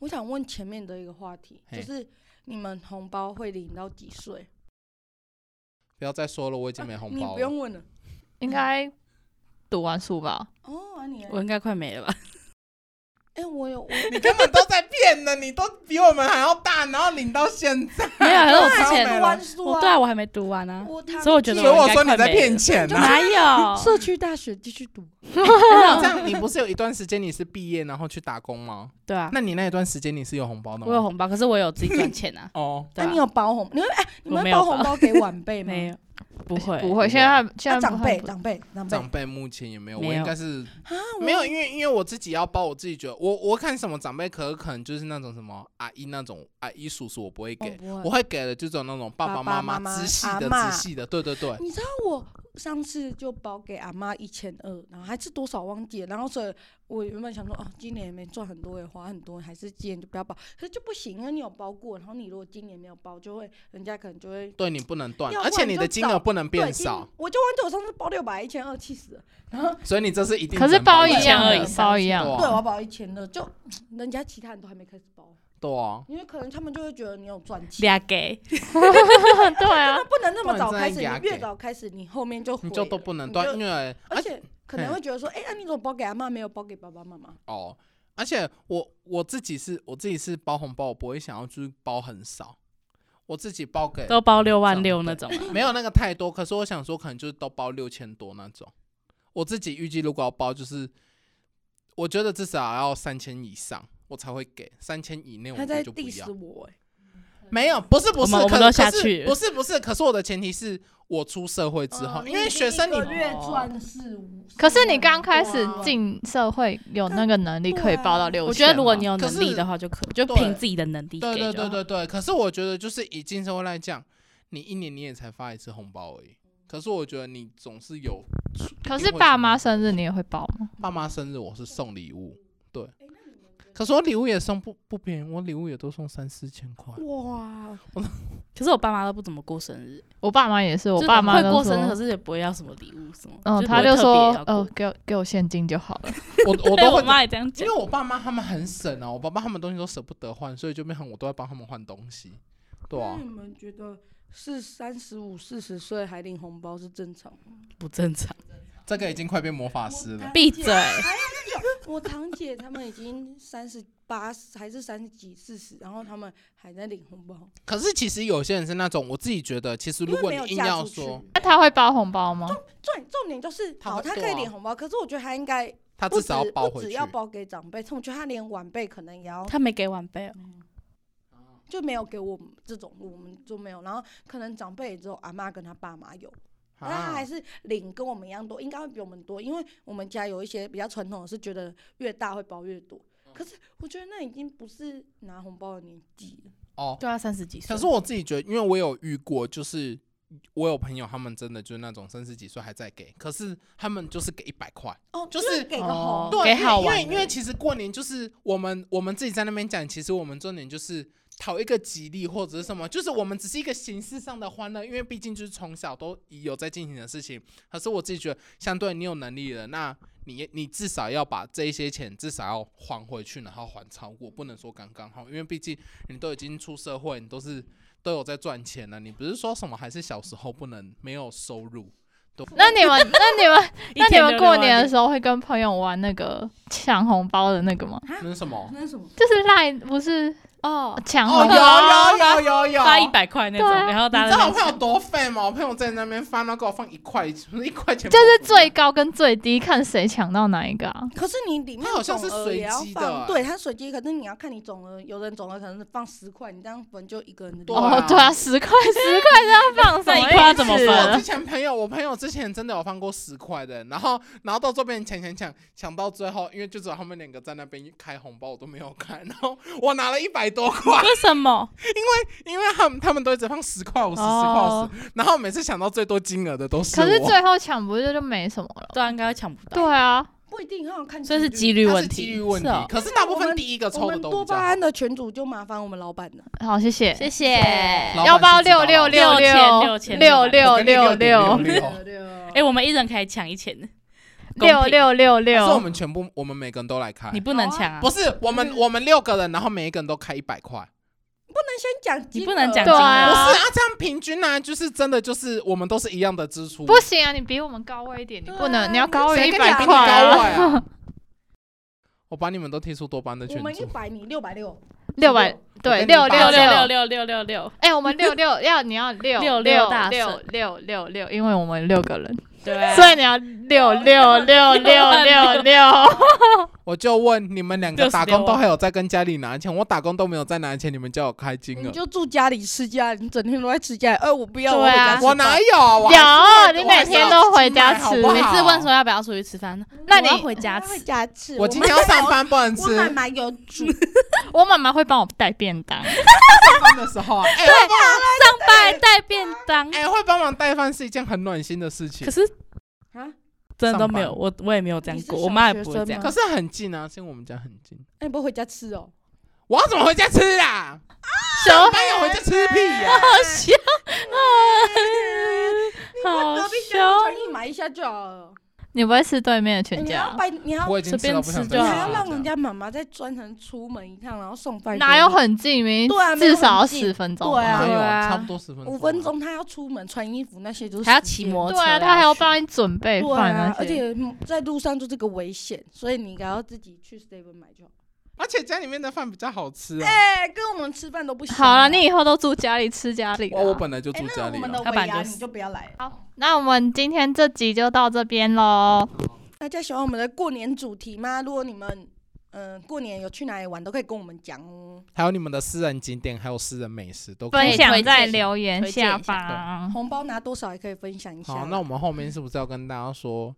Speaker 3: 我想问前面的一个话题，
Speaker 4: 嘿
Speaker 3: 就是你们红包会领到几岁？
Speaker 4: 不要再说了，我已经没红
Speaker 3: 啊你
Speaker 4: 包
Speaker 3: 不
Speaker 4: 了。
Speaker 3: 用问了。
Speaker 2: 应该读完书吧，
Speaker 3: 哦，啊你嘞，
Speaker 1: 我应该快没了吧？
Speaker 3: 哎、我有我
Speaker 4: 你根本都在骗呢，你都比我们还要大，然后领到现在，
Speaker 1: 没有，可是我之
Speaker 3: 还没
Speaker 1: 前
Speaker 3: 读完书
Speaker 1: 我
Speaker 3: 啊，
Speaker 1: 对啊，我还没读完 啊，
Speaker 3: 我他
Speaker 1: 所以我哦觉得
Speaker 4: 所以我
Speaker 1: 应该
Speaker 4: 说你
Speaker 1: 快
Speaker 4: 在
Speaker 1: 没
Speaker 4: 骗钱啊呢、
Speaker 1: 哪有？
Speaker 3: 社区大学继续读，
Speaker 4: 这样你不是有一段时间你是毕业然后去打工吗？
Speaker 1: 对啊，
Speaker 4: 那你那一段时间你是有红包的吗？，
Speaker 1: 我有红包，可是我有自己赚钱啊
Speaker 4: 哦，
Speaker 1: 对
Speaker 3: 那、
Speaker 1: 啊
Speaker 3: 你有包红？你会哎、你
Speaker 1: 我
Speaker 3: 们
Speaker 1: 没
Speaker 3: 会
Speaker 1: 有
Speaker 3: 包
Speaker 1: 包
Speaker 3: 红包给晚辈 吗？
Speaker 1: 没有，不会，
Speaker 2: 不
Speaker 4: 会
Speaker 2: 会，现在现
Speaker 3: 啊，
Speaker 2: 在
Speaker 3: 长
Speaker 2: 不
Speaker 3: 辈
Speaker 2: 会
Speaker 3: 长辈长辈
Speaker 4: 长辈目前也没有，
Speaker 1: 没有
Speaker 4: 我应该是
Speaker 3: 啊，我
Speaker 4: 没有，因为因为我自己要包，我自己觉得我我看什么长辈可可能就是那种什么阿姨那种阿姨叔叔我哦不会
Speaker 1: 哦
Speaker 3: 我
Speaker 4: 给，
Speaker 3: 不会
Speaker 4: 我会给的就只有那种爸
Speaker 3: 爸
Speaker 4: 妈
Speaker 3: 爸妈妈
Speaker 4: 直系的
Speaker 3: 阿嬷
Speaker 4: 直系的，对对对，
Speaker 3: 你知道我上次就包给阿妈一千二，然后还是多少忘记了，然后所以我原本想说，哦，今年也没赚很多，也花很多，还是今年就不要包，可是就不行，因为你有包过，然后你如果今年没有包，就会人家可能就会
Speaker 4: 对你不能断，
Speaker 3: 要不
Speaker 4: 而
Speaker 3: 然
Speaker 4: 且你的
Speaker 3: 就
Speaker 4: 金额
Speaker 3: 找
Speaker 4: 不能
Speaker 3: 对
Speaker 4: 变
Speaker 3: 今
Speaker 4: 少，
Speaker 3: 我就忘记我上次包六百一千二，气死了。然后
Speaker 4: 所以你这是一定
Speaker 2: 可是
Speaker 4: 能包
Speaker 2: 包
Speaker 4: 的
Speaker 2: 一样的
Speaker 1: 以上
Speaker 2: 包一样
Speaker 4: 对
Speaker 2: 的，
Speaker 4: 啊
Speaker 3: 对我要包一千二，就人家其他人都还没开始包，
Speaker 4: 对啊，
Speaker 3: 因为可能他们就会觉得你有赚钱。
Speaker 1: 俩给，
Speaker 2: 对啊
Speaker 3: 那，不能那么
Speaker 4: 不能
Speaker 3: 早
Speaker 4: 这
Speaker 3: 开
Speaker 4: 样
Speaker 3: 始，你
Speaker 4: 压
Speaker 3: 越
Speaker 4: 给
Speaker 3: 早开始，你后面就
Speaker 4: 你
Speaker 3: 毁
Speaker 4: 就都
Speaker 3: 了
Speaker 4: 不能
Speaker 3: 你
Speaker 4: 断
Speaker 3: 就，
Speaker 4: 因为
Speaker 3: 而且可能
Speaker 4: 嘿
Speaker 3: 会觉得说，哎，那你怎么包给阿妈，没有包给爸爸妈妈？
Speaker 4: 哦，而且我我自己是我自己是包红包，我不会想要就是包很少，我自己包给
Speaker 1: 都包六万六那种啊，
Speaker 4: 没有那个太多，可是我想说可能就是都包六千多那种，我自己预计如果要包就是，我觉得至少要三千以上。我才会给三千以内，我
Speaker 3: 他
Speaker 4: 觉
Speaker 3: 在
Speaker 4: 得就不
Speaker 3: diss
Speaker 4: 要。
Speaker 3: 我、欸，
Speaker 4: 没有，不是不是，
Speaker 1: 我们我们
Speaker 4: 可
Speaker 1: 都
Speaker 4: 可
Speaker 1: 下
Speaker 4: 是
Speaker 1: 去了
Speaker 4: 不是不是，可是我的前提是我出社会之后，因为学生你
Speaker 3: 哦一个月赚四五，
Speaker 2: 哦可是你刚开
Speaker 3: 对
Speaker 2: 始
Speaker 3: 啊
Speaker 2: 进社会有那个能力可以包到六千，
Speaker 1: 啊我觉得如果你有
Speaker 4: 可
Speaker 1: 能力
Speaker 4: 是
Speaker 1: 的话就可以，就
Speaker 4: 对
Speaker 1: 凭自己的能力给就好
Speaker 4: 对对对对对，可是我觉得就是以晋升会来讲，你一年你也才发一次红包而已。可是我觉得你总是有，
Speaker 2: 可是爸妈生日你也会包吗？
Speaker 3: 哎
Speaker 4: 爸妈生日我是送礼物，对。他说礼物也送不不便宜，我礼物也都送三四千块。
Speaker 3: 哇，
Speaker 1: 可是我爸妈都不怎么过生日，
Speaker 2: 我爸妈也是，我
Speaker 1: 就是
Speaker 2: 爸妈
Speaker 1: 会
Speaker 2: 都
Speaker 1: 过
Speaker 2: 说
Speaker 1: 生日，可是也不会要什么礼物什么。
Speaker 2: 嗯，
Speaker 1: 是
Speaker 2: 他
Speaker 1: 不会
Speaker 2: 就
Speaker 1: 特
Speaker 2: 说
Speaker 1: 别要，过
Speaker 2: 哦，给我给我现金就好了。
Speaker 4: 我我
Speaker 1: 对
Speaker 4: 都
Speaker 1: 我
Speaker 4: 会，
Speaker 1: 妈也这样
Speaker 4: 因
Speaker 1: 讲
Speaker 4: 为。我爸妈他们很省啊，我爸妈他们东西都舍不得换，所以就变成我都在帮他们换东西。对
Speaker 3: 那
Speaker 4: 啊
Speaker 3: 你，们觉得是三十五、四十岁还领红包是正常吗？
Speaker 1: 不正常。
Speaker 4: 这个已经快变魔法师了。
Speaker 1: 闭嘴！
Speaker 3: 我堂姐他们已经三十八，还是三十几、四十，然后他们还在领红包，
Speaker 4: 可是其实有些人是那种，我自己觉得，其实
Speaker 3: 因
Speaker 4: 如
Speaker 3: 为
Speaker 4: 果
Speaker 3: 没有
Speaker 4: 你硬
Speaker 3: 嫁
Speaker 4: 要
Speaker 3: 出去
Speaker 4: 说，
Speaker 2: 那他会包红包 吗？
Speaker 3: 重重点就是，
Speaker 4: 他
Speaker 3: 好，
Speaker 4: 会
Speaker 3: 他
Speaker 4: 对
Speaker 3: 可以
Speaker 4: 啊
Speaker 3: 领红包，可是我觉得他应该
Speaker 4: 他
Speaker 3: 不
Speaker 4: 至
Speaker 3: 止
Speaker 4: 少要包
Speaker 3: 不
Speaker 4: 回
Speaker 3: 只
Speaker 4: 去。
Speaker 3: 要包给长辈，我觉得他连晚辈可能也要，
Speaker 1: 他没给晚辈哦，
Speaker 3: 就没有给我们这种，我们就没有。然后可能长辈也只有阿妈跟他爸妈有，
Speaker 4: 啊
Speaker 3: 但他还是领跟我们一样多，应该会比我们多，因为我们家有一些比较传统的是觉得越大会包越多。可是我觉得那已经不是拿红包的年纪了，
Speaker 4: 哦，
Speaker 1: 对啊，三十几岁。
Speaker 4: 可是我自己觉得，因为我有遇过，就是我有朋友，他们真的就是那种三十几岁还在给，可是他们就是给一百块。
Speaker 3: 哦，
Speaker 4: 就
Speaker 3: 因为
Speaker 4: 是
Speaker 3: 给个
Speaker 1: 哦
Speaker 3: 红，
Speaker 4: 对，
Speaker 1: 给
Speaker 4: 因
Speaker 1: 好
Speaker 4: 为因
Speaker 1: 玩
Speaker 4: 为因为
Speaker 1: 的
Speaker 4: 其实过年就是我们我们自己在那边讲，其实我们重点就是讨一个吉利或者是什么，就是我们只是一个形式上的欢乐，因为毕竟就是从小都有在进行的事情。可是我自己觉得，相对你有能力了，那你你至少要把这一些钱至少要还回去，然后还超过，不能说刚刚好，因为毕竟你都已经出社会，你都是都有在赚钱了，你不是说什么还是小时候不能没有收入。对
Speaker 2: 那你们那你们
Speaker 1: 一
Speaker 2: 那你
Speaker 1: 天
Speaker 2: 们
Speaker 1: 就
Speaker 2: 过
Speaker 1: 六万
Speaker 2: 年的
Speaker 1: 六
Speaker 2: 时候会跟朋友玩那个抢红包的那个吗？
Speaker 4: 那是什么？
Speaker 3: 那是什么？
Speaker 2: 就是赖不是
Speaker 1: 哦，
Speaker 2: 抢
Speaker 4: 哦，
Speaker 2: 红
Speaker 4: 有
Speaker 2: 包，
Speaker 4: 有有有有，
Speaker 1: 发一百块那种，
Speaker 2: 对啊
Speaker 1: 然后大
Speaker 4: 你
Speaker 1: 家
Speaker 4: 知
Speaker 1: 在
Speaker 4: 道我
Speaker 1: 那
Speaker 4: 朋友多废吗？我朋友在那边翻，然后给我放一块，不是一块钱，
Speaker 2: 就是最高跟最低看谁抢到哪一个啊？
Speaker 3: 可是你里面
Speaker 4: 它好像是
Speaker 3: 总额也要
Speaker 4: 随机的
Speaker 3: 放
Speaker 4: 欸
Speaker 3: 对，它随机，可是你要看你总额，有人总额可能是放十块，你这样分就一个人的
Speaker 4: 对
Speaker 3: 量
Speaker 4: 啊
Speaker 2: 哦，对啊，十块十块这样放，
Speaker 1: 那
Speaker 2: 什
Speaker 1: 一
Speaker 2: 么
Speaker 1: 块要
Speaker 2: 意
Speaker 1: 怎么
Speaker 2: 思
Speaker 1: 分
Speaker 4: 我
Speaker 1: 啊
Speaker 4: 之前朋友，我朋友之前真的有放过十块的，然后然后到这边抢抢抢，抢到最后，因为就只有他们两个在那边开红包，我都没有开，然后我拿了一百多 块，
Speaker 1: 为什么？
Speaker 4: 因为他们他们都一直放十块、五十、十块、
Speaker 2: 哦
Speaker 4: 五十，然后每次抢到最多金额的都 是
Speaker 2: 可是
Speaker 4: 我，
Speaker 2: 最后抢不是就没什么了？
Speaker 1: 对啊，应该会抢不
Speaker 2: 对
Speaker 1: 到，
Speaker 2: 啊，
Speaker 3: 不一定，好像看
Speaker 1: 所以是
Speaker 3: 几
Speaker 1: 几
Speaker 3: 率。
Speaker 1: 率
Speaker 4: 它
Speaker 1: 问
Speaker 4: 是
Speaker 1: 题，
Speaker 4: 几率问题
Speaker 1: 是哦。
Speaker 4: 可是大部分第一个
Speaker 3: 我
Speaker 4: 抽的
Speaker 3: 们
Speaker 4: 都
Speaker 3: 多
Speaker 4: 比较
Speaker 3: 巴
Speaker 4: 好
Speaker 3: 胺。的群主就麻烦我们老板了，
Speaker 2: 好，谢谢。
Speaker 5: 谢谢。
Speaker 4: 老板
Speaker 2: 要不要
Speaker 4: 是知道
Speaker 2: 六六
Speaker 1: 六千
Speaker 2: 六
Speaker 1: 六千
Speaker 2: 六
Speaker 4: 我
Speaker 2: 六
Speaker 4: 跟你
Speaker 2: 六
Speaker 4: 六
Speaker 2: 六
Speaker 4: 点 六
Speaker 3: 对啊
Speaker 1: 哎，我们一人可以抢一千，
Speaker 2: 六六六
Speaker 4: 可是我
Speaker 2: 六？
Speaker 4: 们全部，我们每个人都来开
Speaker 1: 你，不能抢啊
Speaker 4: 不！是我们我们六个人，然后每一个人都开一百块。
Speaker 3: 先讲金
Speaker 1: 你
Speaker 3: 额，
Speaker 1: 不能讲
Speaker 2: 对
Speaker 4: 不
Speaker 2: 啊
Speaker 4: 是啊，这样平均啊，就是真的就是我们都是一样的支出，
Speaker 2: 不行啊，你比我们高位一点，你
Speaker 3: 对啊
Speaker 2: 不能，你要高位
Speaker 4: 谁
Speaker 2: 一
Speaker 4: 跟你比
Speaker 2: 百块
Speaker 4: 你高
Speaker 2: 啊，
Speaker 4: 位啊！ 我把你们都踢出多班的
Speaker 3: 我
Speaker 4: 群
Speaker 3: 们一
Speaker 4: 组，
Speaker 3: 百，你六百六，
Speaker 2: 六百对
Speaker 4: 我跟你
Speaker 2: 六
Speaker 4: 爸
Speaker 2: 六
Speaker 1: 啊六
Speaker 2: 六
Speaker 1: 六六。六
Speaker 4: 爸
Speaker 1: 六六 六，
Speaker 2: 哎，我们六六要你要六六
Speaker 1: 六六大
Speaker 2: 六
Speaker 1: 神
Speaker 2: 六六六，因为我们六个人，
Speaker 1: 对啊，
Speaker 2: 所以你要六六六六六六。
Speaker 4: 我就问你们两个
Speaker 1: 66
Speaker 4: 打工都还有在跟家里拿钱，我打工都没有在拿钱，你们叫我开金
Speaker 3: 你
Speaker 4: 额，
Speaker 3: 就住家里吃家，你整天都在吃家，哎，我不要，
Speaker 2: 对
Speaker 3: 我回
Speaker 2: 啊
Speaker 3: 家吃
Speaker 4: 我
Speaker 3: 饭
Speaker 4: 哪有？我还
Speaker 2: 有，
Speaker 4: 是
Speaker 2: 你每天都回家
Speaker 4: 我还是
Speaker 2: 吃
Speaker 4: 要自己买好不。好
Speaker 1: 每次问说要不要出去吃饭，
Speaker 2: 那你
Speaker 1: 我要回家
Speaker 3: 我回
Speaker 1: 吃。
Speaker 3: 家吃，
Speaker 4: 我今天要上班，不能
Speaker 3: 我
Speaker 4: 吃
Speaker 3: 妈妈。我妈妈有煮，
Speaker 2: 我妈妈会帮我带便当，
Speaker 4: 上班的时候啊，哎，会帮
Speaker 1: 拜带便当，
Speaker 4: 哎会帮忙带饭是一件很暖心的事情
Speaker 1: 可，是
Speaker 3: 啊，
Speaker 1: 真的都
Speaker 4: 上班
Speaker 1: 没有，我我也没有这样
Speaker 3: 你是
Speaker 1: 过，
Speaker 3: 小
Speaker 1: 我妈也不
Speaker 3: 学
Speaker 1: 会
Speaker 3: 生
Speaker 1: 这样
Speaker 3: 吗。
Speaker 4: 可是很近啊，是因为我们家很近。
Speaker 3: 那你不回家吃哦？
Speaker 4: 我要怎么回家吃啊？上班要回家吃屁呀！
Speaker 1: 好 笑，好
Speaker 3: 隔壁
Speaker 1: 笑
Speaker 3: 家，你买一下就好了，
Speaker 2: 你不会吃对面的
Speaker 3: 哎
Speaker 2: 全
Speaker 3: 你
Speaker 2: 家
Speaker 3: 要
Speaker 2: 啊？
Speaker 3: 拜，你要
Speaker 4: 我已经吃到不想再
Speaker 1: 对
Speaker 3: 你
Speaker 1: 啊
Speaker 3: 还要
Speaker 4: 了
Speaker 3: 让人家妈妈再专程出门一趟，然后送饭给你，
Speaker 2: 哪有很近？明
Speaker 3: 对啊
Speaker 2: 明
Speaker 3: 没有
Speaker 2: 至少要
Speaker 3: 很近
Speaker 2: 十分钟
Speaker 3: 对
Speaker 2: 吧。
Speaker 3: 啊
Speaker 4: 哪有
Speaker 1: 对啊
Speaker 4: 差不多十分钟，
Speaker 3: 五分。钟，她要出门穿衣服那些就是
Speaker 1: 还要
Speaker 3: 时
Speaker 1: 骑
Speaker 3: 间
Speaker 1: 摩托
Speaker 2: 对
Speaker 1: 车
Speaker 2: 啊，
Speaker 1: 呀，
Speaker 2: 他还要帮你准备
Speaker 3: 对
Speaker 2: 饭
Speaker 3: 啊，
Speaker 2: 那
Speaker 3: 而
Speaker 2: 些。
Speaker 3: 且在路上就是个危险，所以你应该要自己去 Seven 买就好。
Speaker 4: 而且家里面的饭比较好吃啊。
Speaker 3: 哎、跟我们吃饭都不行。啊
Speaker 2: 好了，你以后都住家里吃家里
Speaker 4: 我我
Speaker 2: 啦。
Speaker 4: 本来就
Speaker 3: 哎、
Speaker 4: 住
Speaker 3: 那
Speaker 4: 家
Speaker 3: 我
Speaker 4: 里啊
Speaker 3: 们
Speaker 4: 了
Speaker 3: 的，
Speaker 1: 要不
Speaker 3: 尾
Speaker 1: 然
Speaker 3: 牙
Speaker 1: 就
Speaker 3: 你就不要来了。
Speaker 2: 好，那我们今天这集就到这边喽。
Speaker 3: 大家喜欢我们的过年主题吗？如果你们嗯、呃过年有去哪里玩，都可以跟我们讲哦。
Speaker 4: 还有你们的私人景点，还有私人美食都可以
Speaker 2: 分享在
Speaker 4: 推荐。
Speaker 2: 留言
Speaker 1: 推荐
Speaker 2: 下
Speaker 1: 一下
Speaker 2: 方。
Speaker 3: 红包拿多少也可以分享一下。
Speaker 4: 好，那我们后面是不是要跟大家说，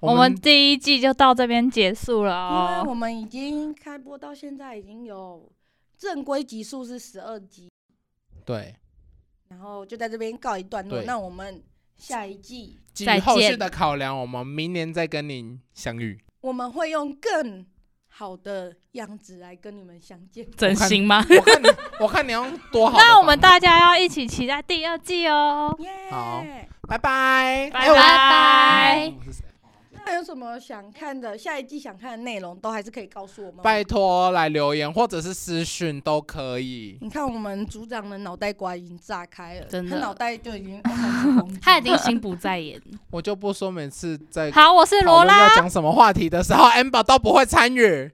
Speaker 2: 我们第一季就到这边结束了
Speaker 3: 因啊为我
Speaker 2: 哦。
Speaker 3: 们已经开播到现在已经有正规集数是十二集，
Speaker 4: 对
Speaker 3: 然后就在这边告一段落。
Speaker 4: 对
Speaker 3: 那我们下一季
Speaker 4: 基于
Speaker 1: 再
Speaker 4: 后续
Speaker 1: 见
Speaker 4: 的考量，我们明年再跟您相遇。
Speaker 3: 我们会用更好的样子来跟你们相见。
Speaker 1: 整
Speaker 4: 看
Speaker 1: 形吗？
Speaker 4: 我看你，我看你用多好的方法。
Speaker 2: 那我们大家要一起期待第二季哦。
Speaker 3: 耶
Speaker 4: 好拜拜，
Speaker 2: 拜
Speaker 4: 哎我
Speaker 2: 拜
Speaker 4: 我是谁
Speaker 3: 那有什么想看的，下一季想看的内容都还是可以告诉我们。哦
Speaker 4: 拜托来留言或者是私讯都可以。
Speaker 3: 你看我们组长的脑袋瓜已经炸开了，
Speaker 1: 真的
Speaker 3: 他脑袋就已经哦满是空
Speaker 1: 他已经心不在焉，
Speaker 4: 我就不说每次在
Speaker 2: 好，我是罗
Speaker 4: 讨论
Speaker 2: 拉
Speaker 4: 要，讲什么话题的时候，amber 都不会参与。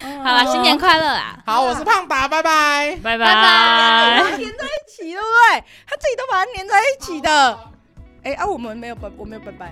Speaker 3: 好
Speaker 2: 好了，新年快乐啦！
Speaker 4: 好，我是胖达，拜拜。
Speaker 1: 拜
Speaker 2: 拜拜
Speaker 1: 拜。
Speaker 3: 粘在一起，对不对？他自己都把它粘在一起的。哎、啊，我们没有拜，我没有拜拜。